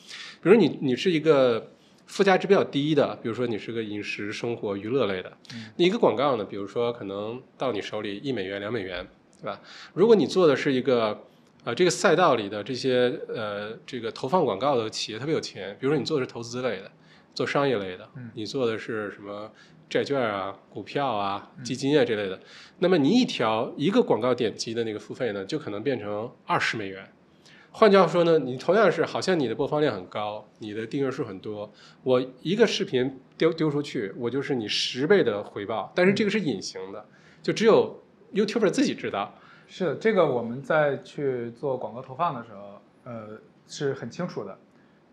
Speaker 1: 比如你你是一个附加值比较低的，比如说你是个饮食、生活、娱乐类的，
Speaker 2: 嗯
Speaker 1: 你一个广告呢，比如说可能到你手里一美元、两美元，对吧？如果你做的是一个呃这个赛道里的这些呃这个投放广告的企业特别有钱，比如说你做的是投资类的，做商业类的，
Speaker 2: 嗯
Speaker 1: 你做的是什么债券啊、股票啊、
Speaker 2: 嗯
Speaker 1: 基金啊这类的，那么你一条一个广告点击的那个付费呢，就可能变成二十美元。换句话说呢，你同样是好像你的播放量很高，你的订阅数很多，我一个视频丢丢出去，我就是你十倍的回报，但是这个是隐形的，就只有 YouTuber 自己知道。
Speaker 2: 是的这个，我们在去做广告投放的时候，呃，是很清楚的。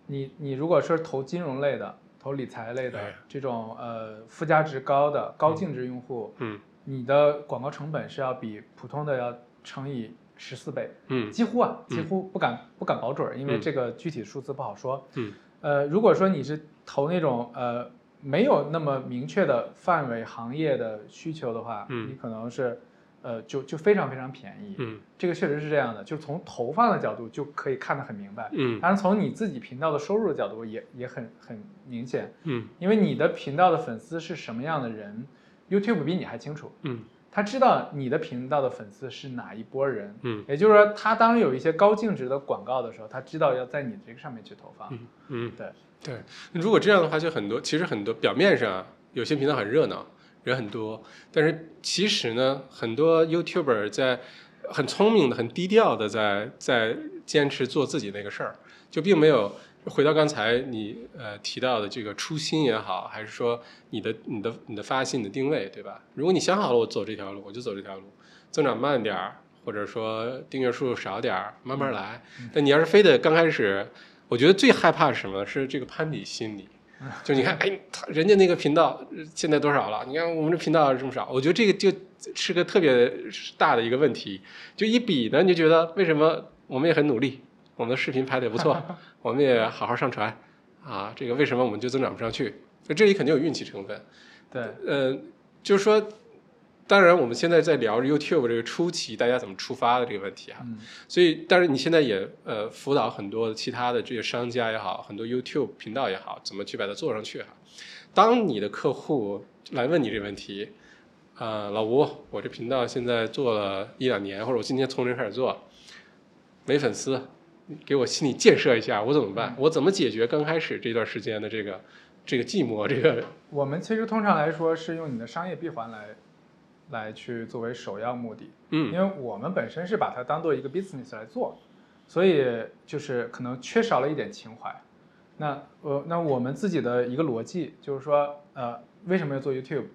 Speaker 2: 你你如果说投金融类的、投理财类的
Speaker 1: 哎
Speaker 2: 这种呃附加值高的高净值用户，
Speaker 1: 嗯
Speaker 2: 你的广告成本是要比普通的要乘以十四倍，
Speaker 1: 嗯
Speaker 2: 几乎啊，几
Speaker 1: 嗯
Speaker 2: 乎不敢不敢保准儿，因为
Speaker 1: 嗯
Speaker 2: 这个具体数字不好说。
Speaker 1: 嗯
Speaker 2: 呃，如果说你是投那种呃没有那么明确的范围行业的需求的话，
Speaker 1: 嗯
Speaker 2: 你可能是呃就就非常非常便宜。
Speaker 1: 嗯
Speaker 2: 这个确实是这样的，就是从投放的角度就可以看得很明白。
Speaker 1: 嗯
Speaker 2: 当然，从你自己频道的收入的角度也也很很明显，
Speaker 1: 嗯
Speaker 2: 因为你的频道的粉丝是什么样的人，YouTube 比你还清楚。
Speaker 1: 嗯
Speaker 2: 他知道你的频道的粉丝是哪一波人，
Speaker 1: 嗯
Speaker 2: 也就是说，他当有一些高净值的广告的时候，他知道要在你这个上面去投放。
Speaker 1: 嗯嗯，
Speaker 2: 对
Speaker 1: 对。如果这样的话，就很多，其实很多表面上啊有些频道很热闹，人很多，但是其实呢，很多 YouTuber 在很聪明的、很低调的在在坚持做自己那个事儿，就并没有。回到刚才你呃提到的这个初心也好，还是说你的你的你的发现、你的定位，对吧？如果你想好了，我走这条路，我就走这条路，增长慢点儿，或者说订阅数少点儿，慢慢来。但你要是非得刚开始我觉得最害怕是什么呢？是这个攀比心理。就你看，哎，他人家那个频道呃现在多少了？你看我们这频道这么少，我觉得这个就是个特别大的一个问题。就一比呢，你就觉得为什么我们也很努力，我们的视频拍的也不错，我们也好好上传啊，这个为什么我们就增长不上去？就这里肯定有运气成分。
Speaker 2: 对，
Speaker 1: 呃，就是说，当然我们现在在聊 YouTube 这个初期大家怎么出发的这个问题啊，
Speaker 2: 嗯，
Speaker 1: 所以，但是你现在也呃辅导很多其他的这些商家也好，很多 YouTube 频道也好，怎么去把它做上去哈、当你的客户来问你这个问题，呃，老吴，我这频道现在做了一两年，或者我今天从零开始做，没粉丝，你给我心理建设一下，我怎么办？我怎么解决刚开始这段时间的这个这个寂寞？这个
Speaker 2: 我们其实通常来说是用你的商业闭环来来去作为首要目的，
Speaker 1: 嗯
Speaker 2: 因为我们本身是把它当做一个 business 来做，所以就是可能缺少了一点情怀。那呃，那我们自己的一个逻辑就是说，呃，为什么要做 YouTube？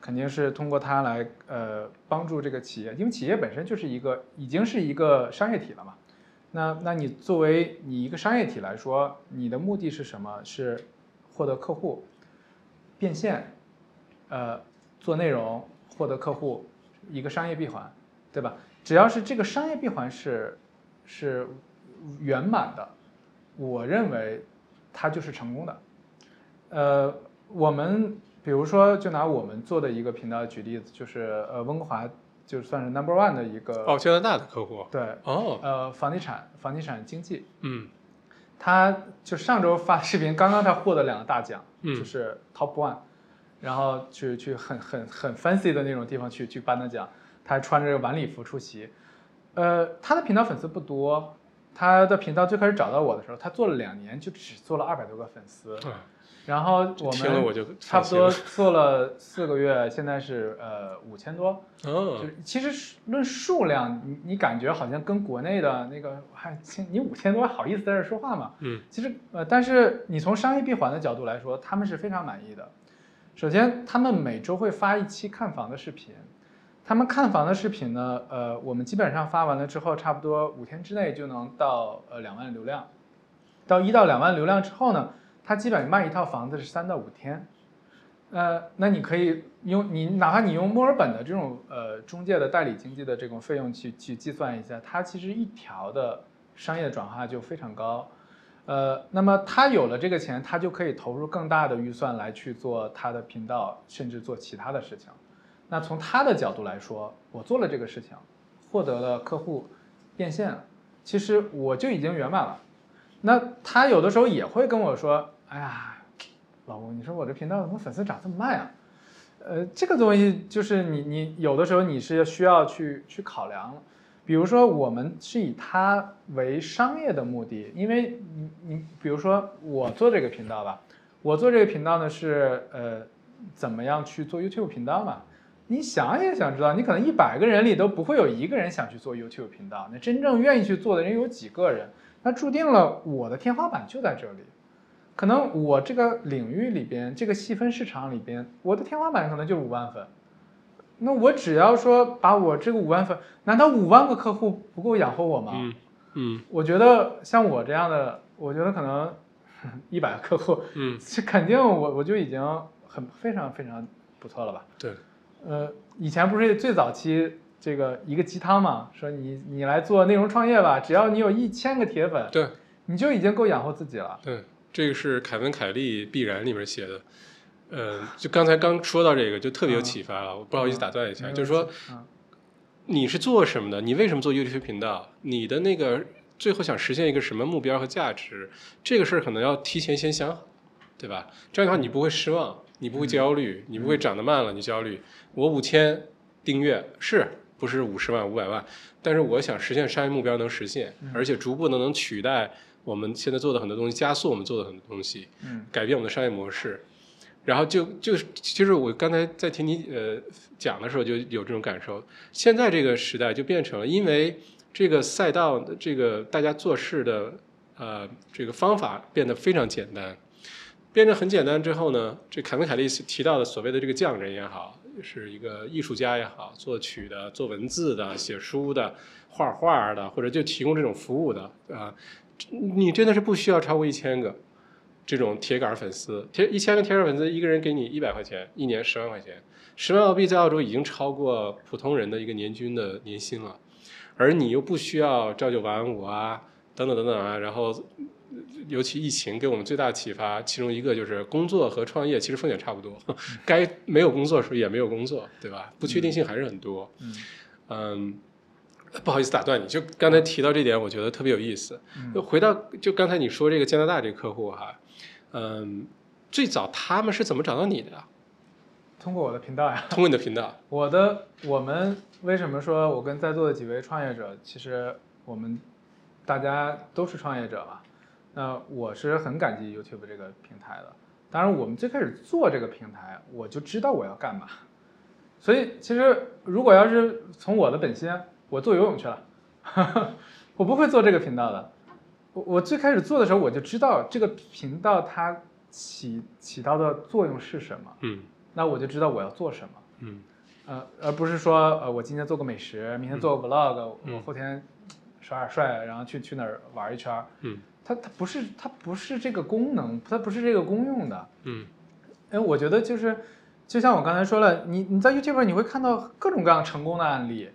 Speaker 2: 肯定是通过它来呃帮助这个企业，因为企业本身就是一个已经是一个商业体了嘛。那那你作为你一个商业体来说，你的目的是什么？是获得客户，变现，呃，做内容获得客户，一个商业闭环，对吧？只要是这个商业闭环是是圆满的，我认为它就是成功的。呃，我们比如说就拿我们做的一个频道举例子，就是呃温哥华就算是 number one 的一个
Speaker 1: 哦，加拿大的客户
Speaker 2: 对
Speaker 1: 哦，
Speaker 2: 呃房地产房地产经纪，
Speaker 1: 嗯
Speaker 2: 他就上周发视频，刚刚他获得两个大奖，
Speaker 1: 嗯
Speaker 2: 就是 Top One，然后去去很很很 fancy 的那种地方去去颁的奖，他还穿着晚礼服出席。呃，他的频道粉丝不多，他的频道最开始找到我的时候，他做了两年就只做了二百多个粉丝，
Speaker 1: 啊，
Speaker 2: 然后我
Speaker 1: 听了我
Speaker 2: 们
Speaker 1: 就
Speaker 2: 差
Speaker 1: 放
Speaker 2: 不
Speaker 1: 心
Speaker 2: 多
Speaker 1: 了
Speaker 2: 做了四个月，现在是呃五千多，就
Speaker 1: 哦
Speaker 2: 是其实是论数量，你你感觉好像跟国内的那个，还你五千多好意思在这儿说话吗？
Speaker 1: 嗯，
Speaker 2: 其实呃，但是你从商业闭环的角度来说，他们是非常满意的。首先，他们每周会发一期看房的视频，他们看房的视频呢，呃，我们基本上发完了之后，差不多五天之内就能到呃两万流量，到一到两万流量之后呢，他基本卖一套房子是三到五天。呃，那你可以用你哪怕你用墨尔本的这种呃中介的代理经济的这种费用去去计算一下，它其实一条的商业转化就非常高。呃，那么他有了这个钱，他就可以投入更大的预算来去做他的频道，甚至做其他的事情。那从他的角度来说，我做了这个事情，获得了客户变现了，其实我就已经圆满了。那他有的时候也会跟我说：“哎呀，老吴，你说我这频道怎么粉丝涨这么慢啊？”呃，这个东西就是你你有的时候你是需要去去考量的比如说，我们是以它为商业的目的，因为你你比如说我做这个频道吧，我做这个频道呢是呃怎么样去做 YouTube 频道嘛？你想也想知道，你可能一百个人里都不会有一个人想去做 YouTube 频道，那真正愿意去做的人有几个人？那注定了我的天花板就在这里，可能我这个领域里边，这个细分市场里边，我的天花板可能就是五万粉。那我只要说把我这个五万粉，难道五万个客户不够养活我吗？
Speaker 1: 嗯嗯
Speaker 2: 我觉得像我这样的，我觉得可能 一百个客户
Speaker 1: 嗯，
Speaker 2: 是肯定我我就已经很非常非常不错了吧。
Speaker 1: 对，
Speaker 2: 呃，以前不是最早期这个一个鸡汤嘛，说你你来做内容创业吧，只要你有一千个铁粉，
Speaker 1: 对。
Speaker 2: 你就已经够养活自己了。
Speaker 1: 对，这个是凯文·凯利《必然》里面写的。呃，就刚才刚说到这个，就特别有启发了。我不好意思打断一下，
Speaker 2: 没有
Speaker 1: 就是说
Speaker 2: 嗯
Speaker 1: 你是做什么的？你为什么做 YouTube 频道？你的那个最后想实现一个什么目标和价值？这个事儿可能要提前先想好，对吧？这样的话你不会失望，你不会焦虑，你不会涨得慢了你焦虑。我五千，订阅是不是五十万、五百万？但是我想实现商业目标能实现，而且逐步的能取代我们现在做的很多东西，加速我们做的很多东西，
Speaker 2: 嗯
Speaker 1: 改变我们的商业模式。然后就就是，其实我刚才在听你呃讲的时候就有这种感受。现在这个时代就变成了，因为这个赛道的这个大家做事的呃这个方法变得非常简单，变得很简单之后呢，这凯文凯利提到的所谓的这个匠人也好，是一个艺术家也好，作曲的、做文字的、写书的、画画的，或者就提供这种服务的啊、你真的是不需要超过一千个。这种铁杆粉丝，铁一千个铁杆粉丝，一个人给你一百块钱，一年十万块钱，十万澳币在澳洲已经超过普通人的一个年均的年薪了，而你又不需要朝九晚五啊，等等等等啊，然后呃尤其疫情给我们最大的启发，其中一个就是工作和创业其实风险差不多，
Speaker 2: 嗯
Speaker 1: 该没有工作的时候也没有工作，对吧？不确定性还是很多。
Speaker 2: 嗯
Speaker 1: 嗯，不好意思打断你，就刚才提到这点，我觉得特别有意思。
Speaker 2: 嗯
Speaker 1: 就回到就刚才你说这个加拿大这个客户哈，嗯，最早他们是怎么找到你的啊？
Speaker 2: 通过我的频道呀，
Speaker 1: 通过你的频道，
Speaker 2: 我的我们为什么说我跟在座的几位创业者，其实我们大家都是创业者嘛？那我是很感激 YouTube 这个平台的。当然，我们最开始做这个平台，我就知道我要干嘛。所以，其实如果要是从我的本心，我做游泳去了， 我不会做这个频道的。我我最开始做的时候，我就知道这个频道它起起到的作用是什么，
Speaker 1: 嗯
Speaker 2: 那我就知道我要做什么。
Speaker 1: 嗯
Speaker 2: 呃，而不是说呃，我今天做个美食，明天做个 vlog，、
Speaker 1: 嗯
Speaker 2: 我后天耍点帅，然后去去哪儿玩一圈儿。
Speaker 1: 嗯
Speaker 2: 它它不是它不是这个功能，它不是这个功用的。
Speaker 1: 嗯
Speaker 2: 因为哎我觉得就是，就像我刚才说了，你你在 YouTube 上你会看到各种各样成功的案例，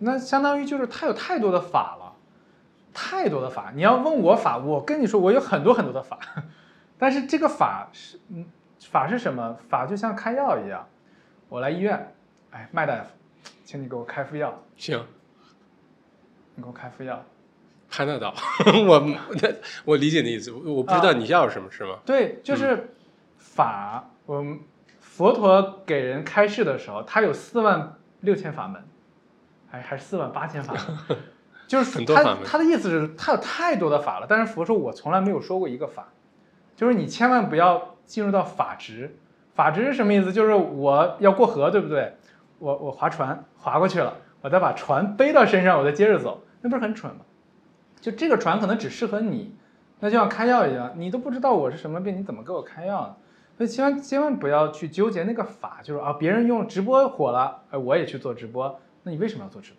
Speaker 2: 那相当于就是它有太多的法了，太多的法。你要问我法，我跟你说，我有很多很多的法， 但是这个法是嗯，法是什么？法就像开药一样，我来医院，哎，麦大夫，请你给我开副药，
Speaker 1: 行，
Speaker 2: 你给我开副药。
Speaker 1: 潘大岛， 我我理解你的意思，我我不知道你要什么，是吗？
Speaker 2: 对，
Speaker 1: 嗯
Speaker 2: 就是法，我们佛陀给人开示的时候，他有四万六千法门，还还是四万八千 法门，就是
Speaker 1: 很多法
Speaker 2: 他
Speaker 1: 门
Speaker 2: 他的意思是，他有太多的法了，但是佛说我从来没有说过一个法，就是你千万不要进入到法执。法执是什么意思？就是我要过河，对不对？我我划船划过去了，我再把船背到身上，我再接着走，那不是很蠢吗？就这个船可能只适合你，那就像开药一样，你都不知道我是什么病，你怎么给我开药呢？所以千万千万不要去纠结那个法，就是啊，别人用直播火了，哎，我也去做直播，那你为什么要做直播？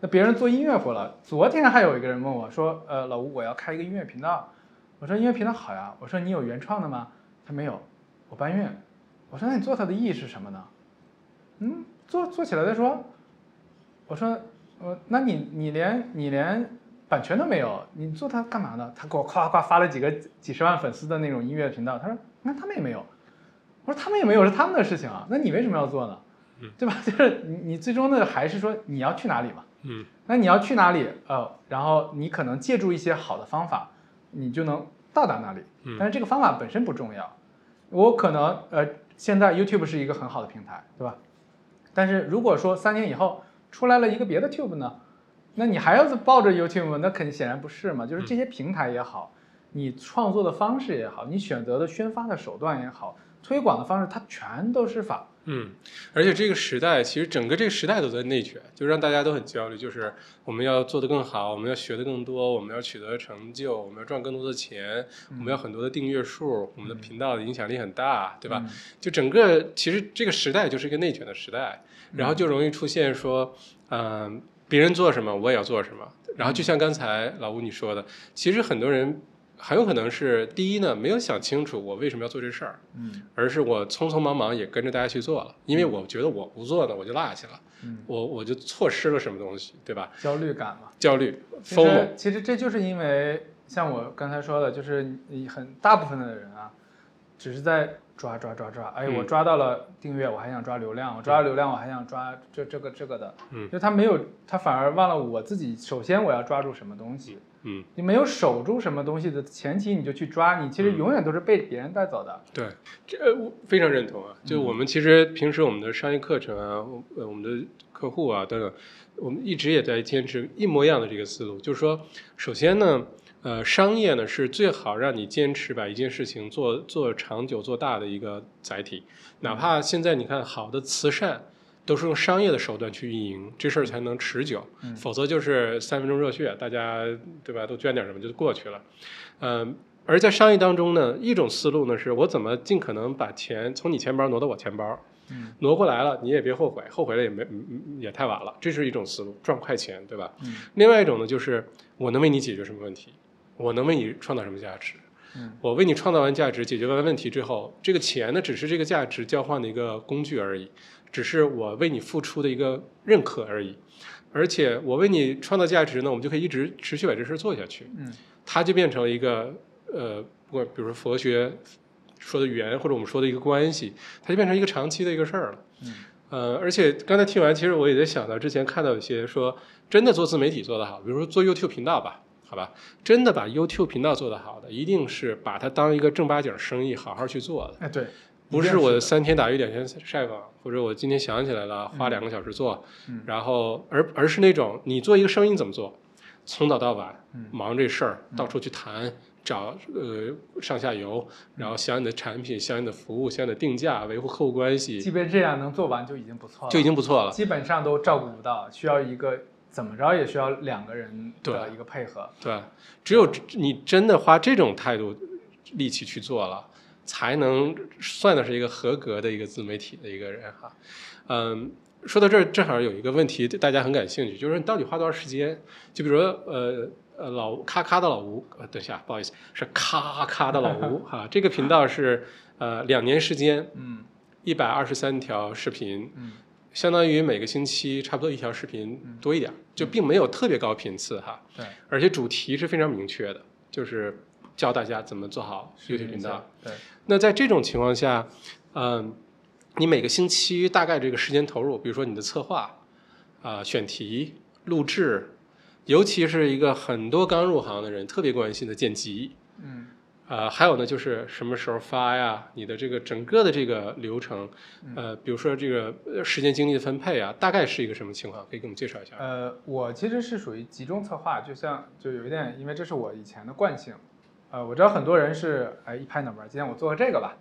Speaker 2: 那别人做音乐火了，昨天还有一个人问我说，呃，老吴，我要开一个音乐频道，我说音乐频道好呀，我说你有原创的吗？他没有，我搬运，我说那你做它的意义是什么呢？嗯，做做起来再说。我说，呃，那你你连你连版权都没有，你做它干嘛呢？他给我夸夸发了几个几十万粉丝的那种音乐频道，他说，那他们也没有。我说他们也没有，是他们的事情啊，那你为什么要做呢
Speaker 1: 嗯？
Speaker 2: 对吧？ 就是你你最终的还是说你要去哪里嘛？
Speaker 1: 嗯
Speaker 2: 那你要去哪里？呃，然后你可能借助一些好的方法，你就能到达那里。
Speaker 1: 嗯
Speaker 2: 但是这个方法本身不重要。我可能呃，现在 YouTube 是一个很好的平台，对吧？但是如果说三年以后出来了一个别的 Tube 呢，那你还要是抱着 YouTube 吗那肯定显然不是嘛。
Speaker 1: 嗯
Speaker 2: 就是这些平台也好，你创作的方式也好，你选择的宣发的手段也好，推广的方式，它全都是法。
Speaker 1: 嗯，而且这个时代，其实整个这个时代都在内卷，就让大家都很焦虑，就是我们要做得更好，我们要学得更多，我们要取得成就，我们要赚更多的钱，我们要很多的订阅数，我们的频道的影响力很大，对吧？
Speaker 2: 嗯
Speaker 1: 就整个其实这个时代就是一个内卷的时代，然
Speaker 2: 嗯
Speaker 1: 后就容易出现说，嗯、别人做什么我也要做什么。然后
Speaker 2: 嗯
Speaker 1: 就像刚才老吴你说的，其实很多人很有可能是第一呢，没有想清楚我为什么要做这事儿，
Speaker 2: 嗯
Speaker 1: 而是我匆匆忙忙也跟着大家去做了，因为我觉得我不做呢，我就落下了，
Speaker 2: 嗯，
Speaker 1: 我我就错失了什么东西，对吧？
Speaker 2: 焦虑感嘛。
Speaker 1: 焦虑、
Speaker 2: 其
Speaker 1: 疯
Speaker 2: 实
Speaker 1: 魔，
Speaker 2: 其实这就是因为像我刚才说的，就是你很大部分的人啊，只是在抓抓抓抓，哎，
Speaker 1: 嗯
Speaker 2: 我抓到了订阅，我还想抓流量，我抓到流量，我还想抓这这个这个的，
Speaker 1: 嗯
Speaker 2: 就他没有，他反而忘了我自己，首先我要抓住什么东西，
Speaker 1: 嗯，
Speaker 2: 你没有守住什么东西的前提，你就去抓，你其
Speaker 1: 嗯
Speaker 2: 实永远都是被别人带走的。
Speaker 1: 对，这呃我非常认同啊。就我们其实平时我们的商业课程啊，我呃我们的客户啊等等，我们一直也在坚持一模一样的这个思路，就是说，首先呢，呃，商业呢是最好让你坚持把一件事情做做长久做大的一个载体，哪怕现在你看好的慈善。都是用商业的手段去运营，这事儿才能持久，
Speaker 2: 嗯
Speaker 1: 否则就是三分钟热血，大家对吧？都捐点什么就过去了。嗯，而在商业当中呢，一种思路呢是我怎么尽可能把钱从你钱包挪到我钱包，
Speaker 2: 嗯
Speaker 1: 挪过来了你也别后悔，后悔了也没嗯嗯也太晚了，这是一种思路，赚快钱，对吧？
Speaker 2: 嗯
Speaker 1: 另外一种呢就是我能为你解决什么问题，我能为你创造什么价值，
Speaker 2: 嗯
Speaker 1: 我为你创造完价值，解决完问题之后，这个钱呢只是这个价值交换的一个工具而已，只是我为你付出的一个认可而已，而且我为你创造价值呢，我们就可以一直持续把这事儿做下去。
Speaker 2: 嗯
Speaker 1: 它就变成了一个呃，不管比如说佛学说的语言，或者我们说的一个关系，它就变成一个长期的一个事儿了。
Speaker 2: 嗯
Speaker 1: 呃，而且刚才听完，其实我也在想到之前看到一些说，真的做自媒体做得好，比如说做 YouTube 频道吧，好吧，真的把 YouTube 频道做得好的，一定是把它当一个正八经生意好好去做的，
Speaker 2: 哎对，
Speaker 1: 不
Speaker 2: 一定
Speaker 1: 是我
Speaker 2: 的
Speaker 1: 三天打鱼两天晒网，或者我今天想起来了花两个小时做，
Speaker 2: 嗯
Speaker 1: 然后而而是那种你做一个生意怎么做，从早到晚
Speaker 2: 嗯
Speaker 1: 忙这事儿，
Speaker 2: 嗯
Speaker 1: 到处去谈，找呃上下游，
Speaker 2: 嗯
Speaker 1: 然后想你的产品，想你的服务，想你的定价，维护客户关系，
Speaker 2: 即便这样能做完就已经不错了，
Speaker 1: 就已经不错了。
Speaker 2: 基本上都照顾不到，需要一个怎么着也需要两个人的
Speaker 1: 对
Speaker 2: 一个配合。
Speaker 1: 对，只有你真的花这种态度力气去做了，才能算得是一个合格的一个自媒体的一个人哈。嗯，说到这儿，正好有一个问题大家很感兴趣，就是你到底花多少时间？就比如说呃。呃，老咔咔的老吴，呃，等一下，不好意思，是咔咔的老吴哈、这个频道是呃两年时间，
Speaker 2: 嗯
Speaker 1: 一百二十三条视频，
Speaker 2: 嗯
Speaker 1: 相当于每个星期差不多一条视频
Speaker 2: 嗯
Speaker 1: 多一点儿，就并没有特别高频次哈。
Speaker 2: 对，
Speaker 1: 而且主题是非常明确的，就是教大家怎么做好
Speaker 2: 是
Speaker 1: YouTube 频道。
Speaker 2: 对，
Speaker 1: 那在这种情况下，嗯、你每个星期大概这个时间投入，比如说你的策划、啊、选题、录制，尤其是一个很多刚入行的人特别关心的剪辑，
Speaker 2: 嗯
Speaker 1: 呃，还有呢，就是什么时候发呀？你的这个整个的这个流程，
Speaker 2: 嗯
Speaker 1: 呃，比如说这个呃时间精力的分配啊，大概是一个什么情况？可以给我们介绍一下？
Speaker 2: 呃，我其实是属于集中策划，就像就有一点，因为这是我以前的惯性。呃，我知道很多人是哎一拍脑门儿，今天我做个这个吧。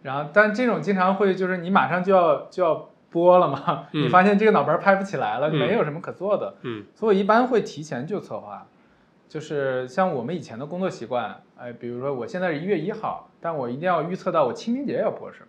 Speaker 2: 然后，但这种经常会就是你马上就要就要播了嘛，
Speaker 1: 嗯
Speaker 2: 你发现这个脑门儿拍不起来了，
Speaker 1: 嗯
Speaker 2: 没有什么可做的。
Speaker 1: 嗯
Speaker 2: 所以我一般会提前就策划，就是像我们以前的工作习惯，哎，比如说我现在是一月一号，但我一定要预测到我清明节要播什么。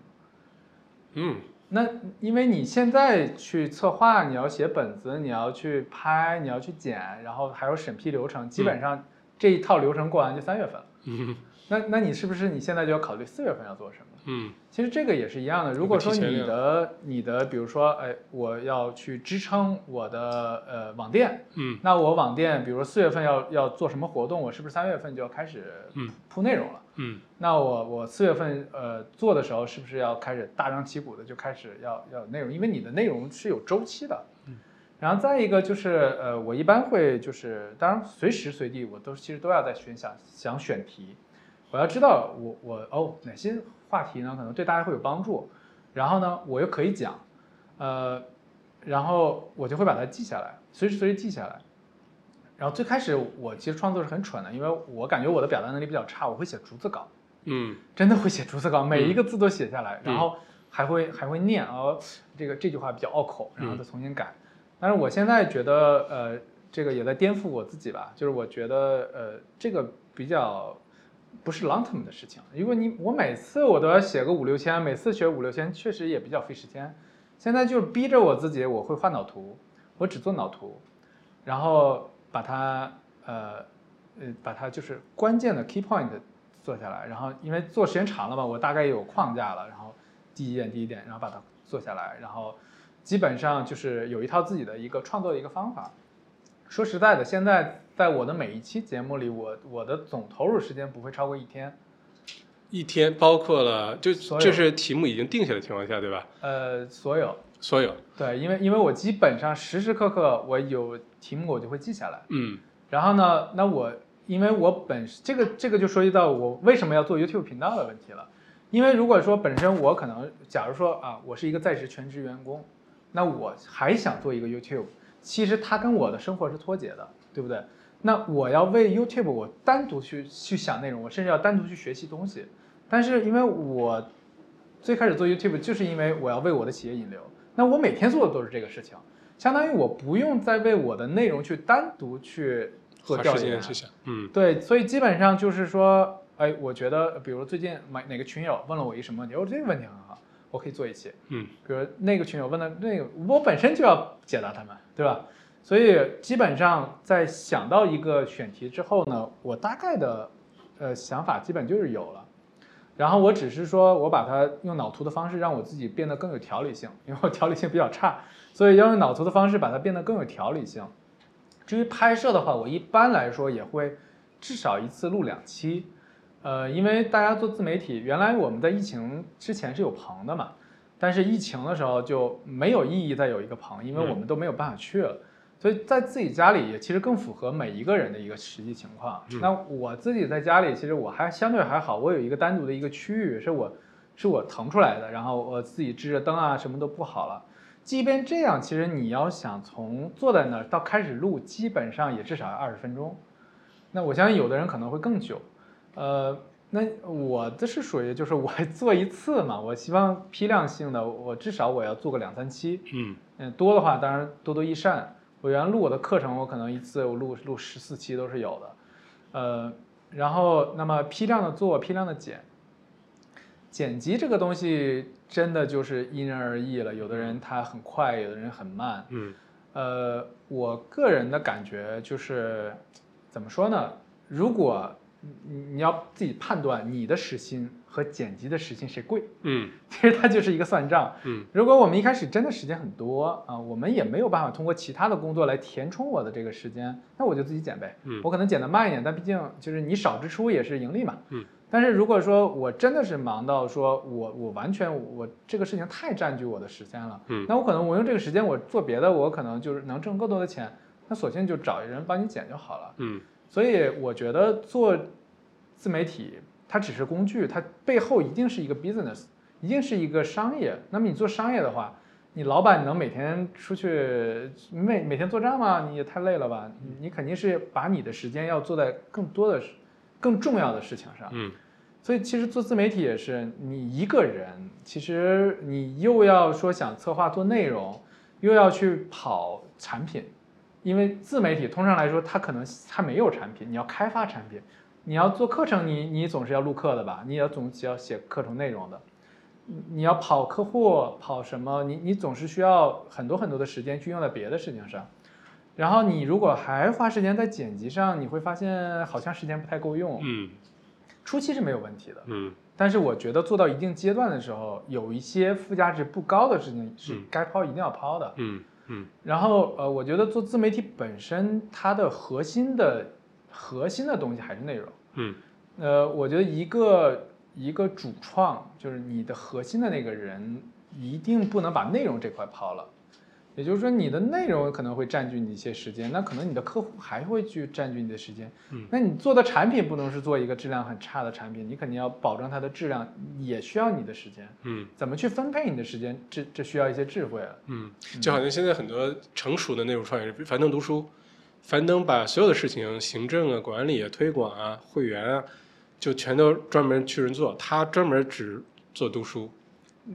Speaker 1: 嗯
Speaker 2: 那因为你现在去策划，你要写本子，你要去拍，你要去剪，然后还有审批流程，基本上这一套流程过完就三月份了。
Speaker 1: 嗯
Speaker 2: 那那你是不是你现在就要考虑四月份要做什么？
Speaker 1: 嗯
Speaker 2: 其实这个也是一样的。
Speaker 1: 个
Speaker 2: 如果说
Speaker 1: 提前
Speaker 2: 你
Speaker 1: 量
Speaker 2: 的你的，比如说，哎，我要去支撑我的呃网店，
Speaker 1: 嗯
Speaker 2: 那我网店，比如四月份要要做什么活动，我是不是三月份就要开始
Speaker 1: 嗯
Speaker 2: 铺内容了？
Speaker 1: 嗯
Speaker 2: 那我我四月份呃做的时候，是不是要开始大张旗鼓的就开始要要有内容？因为你的内容是有周期的。
Speaker 1: 嗯。
Speaker 2: 然后再一个就是呃，我一般会就是，当然随时随地我都其实都要在选想想选题，我要知道我我哦哪些话题呢可能对大家会有帮助，然后呢我又可以讲，呃，然后我就会把它记下来，随时随地记下来。然后最开始我其实创作是很蠢的，因为我感觉我的表达能力比较差，我会写逐字稿。
Speaker 1: 嗯
Speaker 2: 真的会写逐字稿，每一个字都写下来，
Speaker 1: 嗯
Speaker 2: 然后还会还会念哦，这个这句话比较拗口，然后
Speaker 1: 嗯
Speaker 2: 再重新改。但是我现在觉得，呃，这个也在颠覆我自己吧，就是我觉得，呃，这个比较不是 long term 的事情，因为你我每次我都要写个五六千，每次学五六千确实也比较费时间。现在就是逼着我自己，我会画脑图，我只做脑图，然后把它呃呃把它就是关键的 key point 做下来，然后因为做时间长了嘛，我大概有框架了，然后第一点第一点，然后把它做下来，然后基本上就是有一套自己的一个创作的一个方法。说实在的，现在在我的每一期节目里，我我的总投入时间不会超过一天，
Speaker 1: 一天包括了，就
Speaker 2: 所有
Speaker 1: 这是题目已经定下的情况下，对吧？
Speaker 2: 呃，所有
Speaker 1: 所有，
Speaker 2: 对，因为因为我基本上时时刻刻我有题目我就会记下来。
Speaker 1: 嗯
Speaker 2: 然后呢，那我因为我本这个这个就说及到我为什么要做 YouTube 频道的问题了。因为如果说本身我可能，假如说啊，我是一个在职全职员工，那我还想做一个 YouTube，其实它跟我的生活是脱节的，对不对？那我要为 YouTube 我单独去去想内容，我甚至要单独去学习东西。但是因为我最开始做 YouTube 就是因为我要为我的企业引流，那我每天做的都是这个事情，相当于我不用再为我的内容去单独去做
Speaker 1: 花
Speaker 2: 调啊
Speaker 1: 时
Speaker 2: 研
Speaker 1: 间。去想，嗯
Speaker 2: 对，所以基本上就是说，哎，我觉得，比如最近买哪个群友问了我一什么问题，哦，这个问题很好，我可以做一期。
Speaker 1: 嗯，
Speaker 2: 比如那个群友问的那个，我本身就要解答他们，对吧？所以基本上在想到一个选题之后呢，我大概的呃想法基本就是有了。然后我只是说我把它用脑图的方式让我自己变得更有条理性，因为我条理性比较差，所以要用脑图的方式把它变得更有条理性。至于拍摄的话，我一般来说也会至少一次录两期，呃，因为大家做自媒体，原来我们在疫情之前是有棚的嘛，但是疫情的时候就没有意义再有一个棚，因为我们都没有办法去了，所以在自己家里也其实更符合每一个人的一个实际情况。
Speaker 1: 嗯
Speaker 2: 那我自己在家里，其实我还相对还好，我有一个单独的一个区域是我是我腾出来的，然后我自己支着灯啊，什么都不好了。即便这样，其实你要想从坐在那儿到开始录，基本上也至少要二十分钟。那我相信有的人可能会更久，呃，那我这是属于就是我 做一次嘛，我希望批量性的，我至少我要做个两三期，
Speaker 1: 嗯
Speaker 2: 嗯，多的话当然多多益善。我原来录我的课程，我可能一次我录录十四期都是有的，呃，然后那么批量的做，批量的剪，剪辑这个东西真的就是因人而异了，有的人他很快，有的人很慢，
Speaker 1: 嗯
Speaker 2: 呃，我个人的感觉就是，怎么说呢？如果你你要自己判断你的时薪和剪辑的时薪谁贵，
Speaker 1: 嗯
Speaker 2: 其实它就是一个算账。
Speaker 1: 嗯
Speaker 2: 如果我们一开始真的时间很多啊、我们也没有办法通过其他的工作来填充我的这个时间，那我就自己剪呗。
Speaker 1: 嗯
Speaker 2: 我可能剪得慢一点，但毕竟就是你少支出也是盈利嘛。
Speaker 1: 嗯。
Speaker 2: 但是如果说我真的是忙到说我我完全我这个事情太占据我的时间了，
Speaker 1: 嗯
Speaker 2: 那我可能我用这个时间我做别的，我可能就是能挣更多的钱，那索性就找一人帮你剪就好了。
Speaker 1: 嗯
Speaker 2: 所以我觉得做自媒体，它只是工具，它背后一定是一个 business，一定是一个商业。那么你做商业的话，你老板能每天出去每每天做账吗？你也太累了吧！你你肯定是把你的时间要做在更多的、更重要的事情上。
Speaker 1: 嗯
Speaker 2: 所以其实做自媒体也是，你一个人，其实你又要说想策划做内容，又要去跑产品，因为自媒体通常来说它可能它没有产品，你要开发产品，你要做课程你，你总是要录课的吧，你也总是要写课程内容的，你你要跑客户跑什么，你你总是需要很多很多的时间去用在别的事情上。然后你如果还花时间在剪辑上，你会发现好像时间不太够用。
Speaker 1: 嗯
Speaker 2: 初期是没有问题的，
Speaker 1: 嗯
Speaker 2: 但是我觉得做到一定阶段的时候，有一些附加值不高的事情是
Speaker 1: 嗯
Speaker 2: 该抛一定要抛的。
Speaker 1: 嗯嗯
Speaker 2: 然后呃，我觉得做自媒体本身它的核心的核心的东西还是内容。
Speaker 1: 嗯
Speaker 2: 呃，我觉得一个一个主创就是你的核心的那个人，一定不能把内容这块抛了。也就是说，你的内容可能会占据你一些时间，那可能你的客户还会去占据你的时间。
Speaker 1: 嗯
Speaker 2: 那你做的产品不能是做一个质量很差的产品，你肯定要保证它的质量，也需要你的时间。
Speaker 1: 嗯
Speaker 2: 怎么去分配你的时间，这这需要一些智慧啊了。
Speaker 1: 嗯，就好像现在很多成熟的内容创业者，比如樊登读书，樊登把所有的事情，行政啊、管理啊、推广啊、会员啊，就全都专门去人做，他专门只做读书，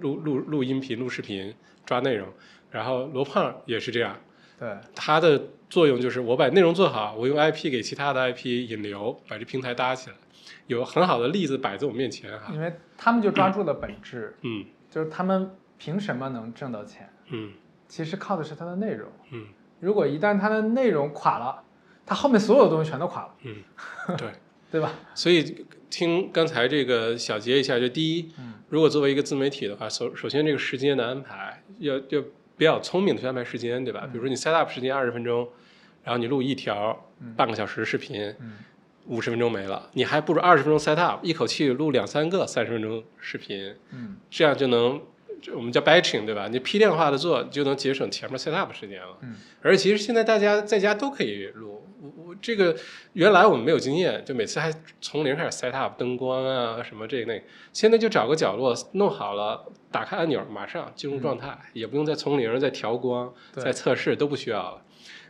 Speaker 1: 录录录音频、录视频、抓内容。然后罗胖也是这样，
Speaker 2: 对，
Speaker 1: 它的作用就是我把内容做好，我用 IP 给其他的 IP 引流，把这平台搭起来。有很好的例子摆在我面前哈，
Speaker 2: 因为他们就抓住了本质，
Speaker 1: 嗯
Speaker 2: 就是他们凭什么能挣到钱？
Speaker 1: 嗯
Speaker 2: 其实靠的是它的内容。
Speaker 1: 嗯
Speaker 2: 如果一旦它的内容垮了，它后面所有的东西全都垮了，
Speaker 1: 嗯，对。
Speaker 2: 对吧？
Speaker 1: 所以听刚才这个小结一下，就第一，
Speaker 2: 嗯
Speaker 1: 如果作为一个自媒体的话，首首先这个时间的安排要要比较聪明的去安排时间，对吧？
Speaker 2: 嗯
Speaker 1: 比如说你 set up 时间二十分钟，然后你录一条
Speaker 2: 嗯
Speaker 1: 半个小时视频，
Speaker 2: 嗯
Speaker 1: 五十分钟没了，你还不如二十分钟 set up，一口气录两三个三十分钟视频，
Speaker 2: 嗯，
Speaker 1: 这样就能。这我们叫 batching，对吧？你批量化的做，你就能节省前面 set up 时间了。
Speaker 2: 嗯，
Speaker 1: 而其实现在大家在家都可以录，我我这个原来我们没有经验，就每次还从零开始 set up 灯光啊什么这那，现在就找个角落弄好了，打开按钮，马上进入状态，也不用再从零再调光、
Speaker 2: 嗯对
Speaker 1: 再测试都不需要了。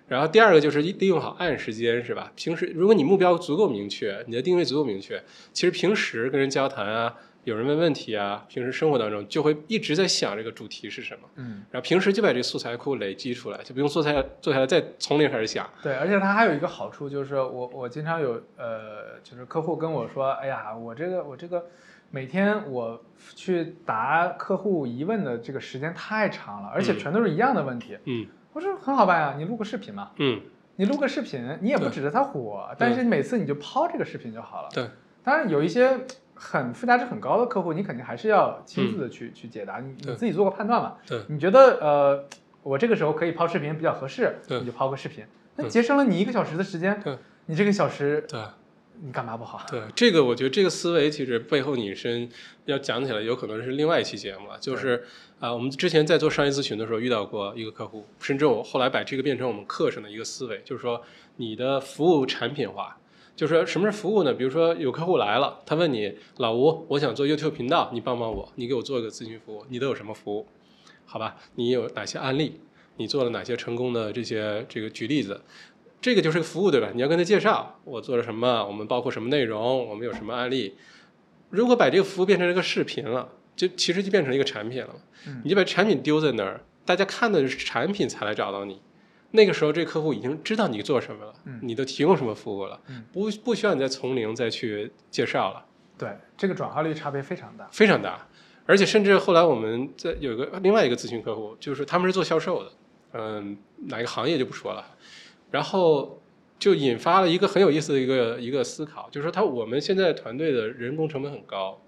Speaker 1: 然后第二个就是利用好暗时间，是吧？平时如果你目标足够明确，你的定位足够明确，其实平时跟人交谈啊，有人问问题啊，平时生活当中就会一直在想这个主题是什么。
Speaker 2: 嗯，
Speaker 1: 然后平时就把这个素材库累积出来，就不用坐下来坐下来再从零开始想。
Speaker 2: 对，而且它还有一个好处就是我我经常有呃，就是客户跟我说，哎呀，我这个我这个每天我去答客户疑问的这个时间太长了，而且
Speaker 1: 嗯
Speaker 2: 全都是一样的问题。
Speaker 1: 嗯
Speaker 2: 我说很好办呀，你录个视频嘛，
Speaker 1: 嗯，
Speaker 2: 你录个视频，你也不
Speaker 1: 对
Speaker 2: 指着它火，但
Speaker 1: 对
Speaker 2: 是每次你就抛这个视频就好了。
Speaker 1: 对，
Speaker 2: 当然有一些很附加值很高的客户，你肯定还是要亲自的去、去解答，你你
Speaker 1: 嗯对
Speaker 2: 自己做个判断嘛。
Speaker 1: 对
Speaker 2: 你觉得呃，我这个时候可以抛视频比较合适，
Speaker 1: 对
Speaker 2: 你就抛个视频，那
Speaker 1: 对
Speaker 2: 节省了你一个小时的时间，
Speaker 1: 对
Speaker 2: 你这个小时
Speaker 1: 对
Speaker 2: 你干嘛不好？
Speaker 1: 对，这个我觉得这个思维其实背后你是要讲起来，有可能是另外一期节目了。就是啊、我们之前在做商业咨询的时候遇到过一个客户，甚至我后来把这个变成我们课程的一个思维，就是说你的服务产品化。就是说什么是服务呢？比如说有客户来了，他问你老吴，我想做 YouTube 频道，你帮帮我，你给我做个咨询服务，你都有什么服务？好吧，你有哪些案例？你做了哪些成功的这些这个举例子？这个就是个服务，对吧？你要跟他介绍我做了什么，我们包括什么内容，我们有什么案例。如果把这个服务变成一个视频了，就其实就变成一个产品了嘛。
Speaker 2: 嗯
Speaker 1: 你就把产品丢在那儿，大家看的是产品才来找到你。那个时候，这客户已经知道你做什么了，
Speaker 2: 嗯
Speaker 1: 你都提供什么服务了，
Speaker 2: 嗯
Speaker 1: 不不需要你再从零再去介绍了。
Speaker 2: 对，这个转化率差别非常大。
Speaker 1: 非常大。而且甚至后来我们在有一个另外一个咨询客户，就是他们是做销售的，嗯，哪个行业就不说了，然后就引发了一个很有意思的一个一个思考，就是说他我们现在团队的人工成本很高，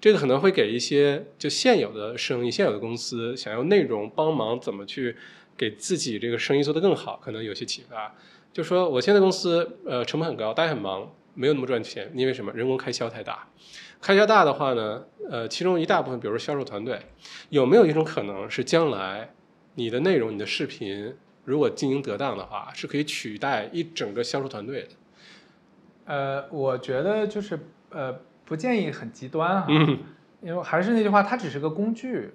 Speaker 1: 这个可能会给一些就现有的生意、现有的公司想要内容帮忙怎么去给自己这个生意做得更好，可能有些启发。就说我现在公司呃成本很高，大家很忙，没有那么赚钱，因为什么？人工开销太大。开销大的话呢，呃，其中一大部分，比如说销售团队，有没有一种可能是将来你的内容、你的视频，如果经营得当的话，是可以取代一整个销售团队的？
Speaker 2: 呃，我觉得就是呃，不建议很极端哈、
Speaker 1: 嗯
Speaker 2: 因为还是那句话，它只是个工具。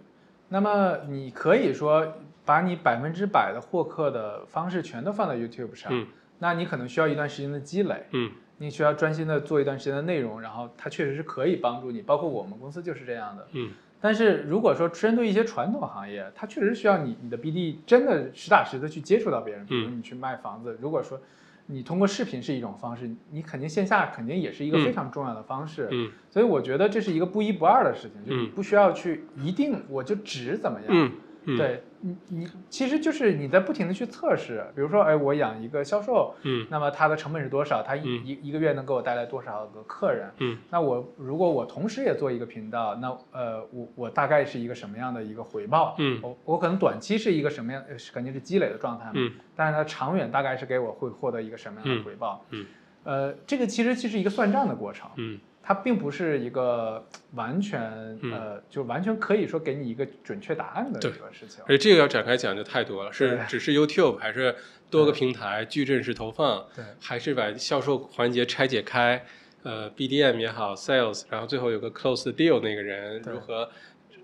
Speaker 2: 那么你可以说把你百分之百的获客的方式全都放在 YouTube 上，
Speaker 1: 嗯
Speaker 2: 那你可能需要一段时间的积累，
Speaker 1: 嗯
Speaker 2: 你需要专心的做一段时间的内容，然后它确实是可以帮助你，包括我们公司就是这样的。
Speaker 1: 嗯
Speaker 2: 但是如果说针对一些传统行业，它确实需要你你的 BD 真的实打实的去接触到别人，比如
Speaker 1: 嗯
Speaker 2: 你去卖房子，如果说你通过视频是一种方式，你肯定线下肯定也是一个
Speaker 1: 嗯
Speaker 2: 非常重要的方式。
Speaker 1: 嗯
Speaker 2: 所以我觉得这是一个不一不二的事情，就是你
Speaker 1: 嗯
Speaker 2: 不需要去一定我就只怎么样。
Speaker 1: 嗯嗯，，
Speaker 2: 对你，你其实就是你在不停的去测试，比如说，哎，我养一个销售，
Speaker 1: 嗯
Speaker 2: 那么它的成本是多少？它一
Speaker 1: 嗯
Speaker 2: 一、一个月能给我带来多少个客人？
Speaker 1: 嗯
Speaker 2: 那我如果我同时也做一个频道，那呃，我我大概是一个什么样的一个回报？
Speaker 1: 嗯
Speaker 2: 我我可能短期是一个什么样，呃是肯定是积累的状态嘛，
Speaker 1: 嗯
Speaker 2: 但是它长远大概是给我会获得一个什么样的
Speaker 1: 嗯
Speaker 2: 回报？
Speaker 1: 嗯
Speaker 2: 呃，这个其实就是一个算账的过程，
Speaker 1: 嗯
Speaker 2: 它并不是一个完全、
Speaker 1: 嗯
Speaker 2: 呃，就完全可以说给你一个准确答案的
Speaker 1: 对
Speaker 2: 一个事情。
Speaker 1: 而且这个要展开讲就太多了，是
Speaker 2: 对
Speaker 1: 只是 YouTube 还是多个平台矩阵式投放，
Speaker 2: 对
Speaker 1: 还是把销售环节拆解开，呃，BDM 也好，Sales，然后最后有个 Close the Deal 那个人
Speaker 2: 对
Speaker 1: 如何，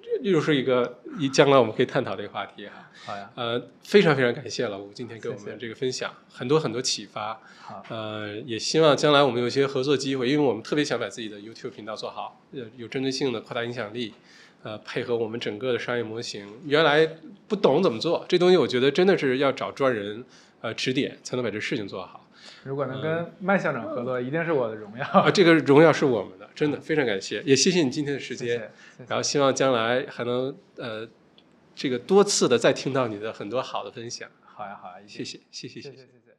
Speaker 1: 这这又是一个一将来我们可以探讨这个话题哈、
Speaker 2: 好呀，
Speaker 1: 呃，非常非常感谢老吴今天给我
Speaker 2: 谢谢
Speaker 1: 们这个分享，很多很多启发。
Speaker 2: 好，
Speaker 1: 呃，也希望将来我们有一些合作机会，因为我们特别想把自己的 YouTube 频道做好，呃，有针对性的扩大影响力，呃，配合我们整个的商业模型。原来不懂怎么做，这东西我觉得真的是要找专人呃指点，才能把这事情做 好。
Speaker 2: 如果
Speaker 1: 嗯
Speaker 2: 能跟麦校长合作，一定是我的荣耀。
Speaker 1: 啊，这个荣耀是我们的，真的非常感谢，也谢谢你今天的时
Speaker 2: 谢
Speaker 1: 间，
Speaker 2: 谢，谢谢
Speaker 1: 然后希望将来还能呃这个多次的再听到你的很多好的分享。
Speaker 2: 好呀，好呀，一定
Speaker 1: 谢，谢，谢谢，谢
Speaker 2: 谢谢，
Speaker 1: 谢
Speaker 2: 谢。谢。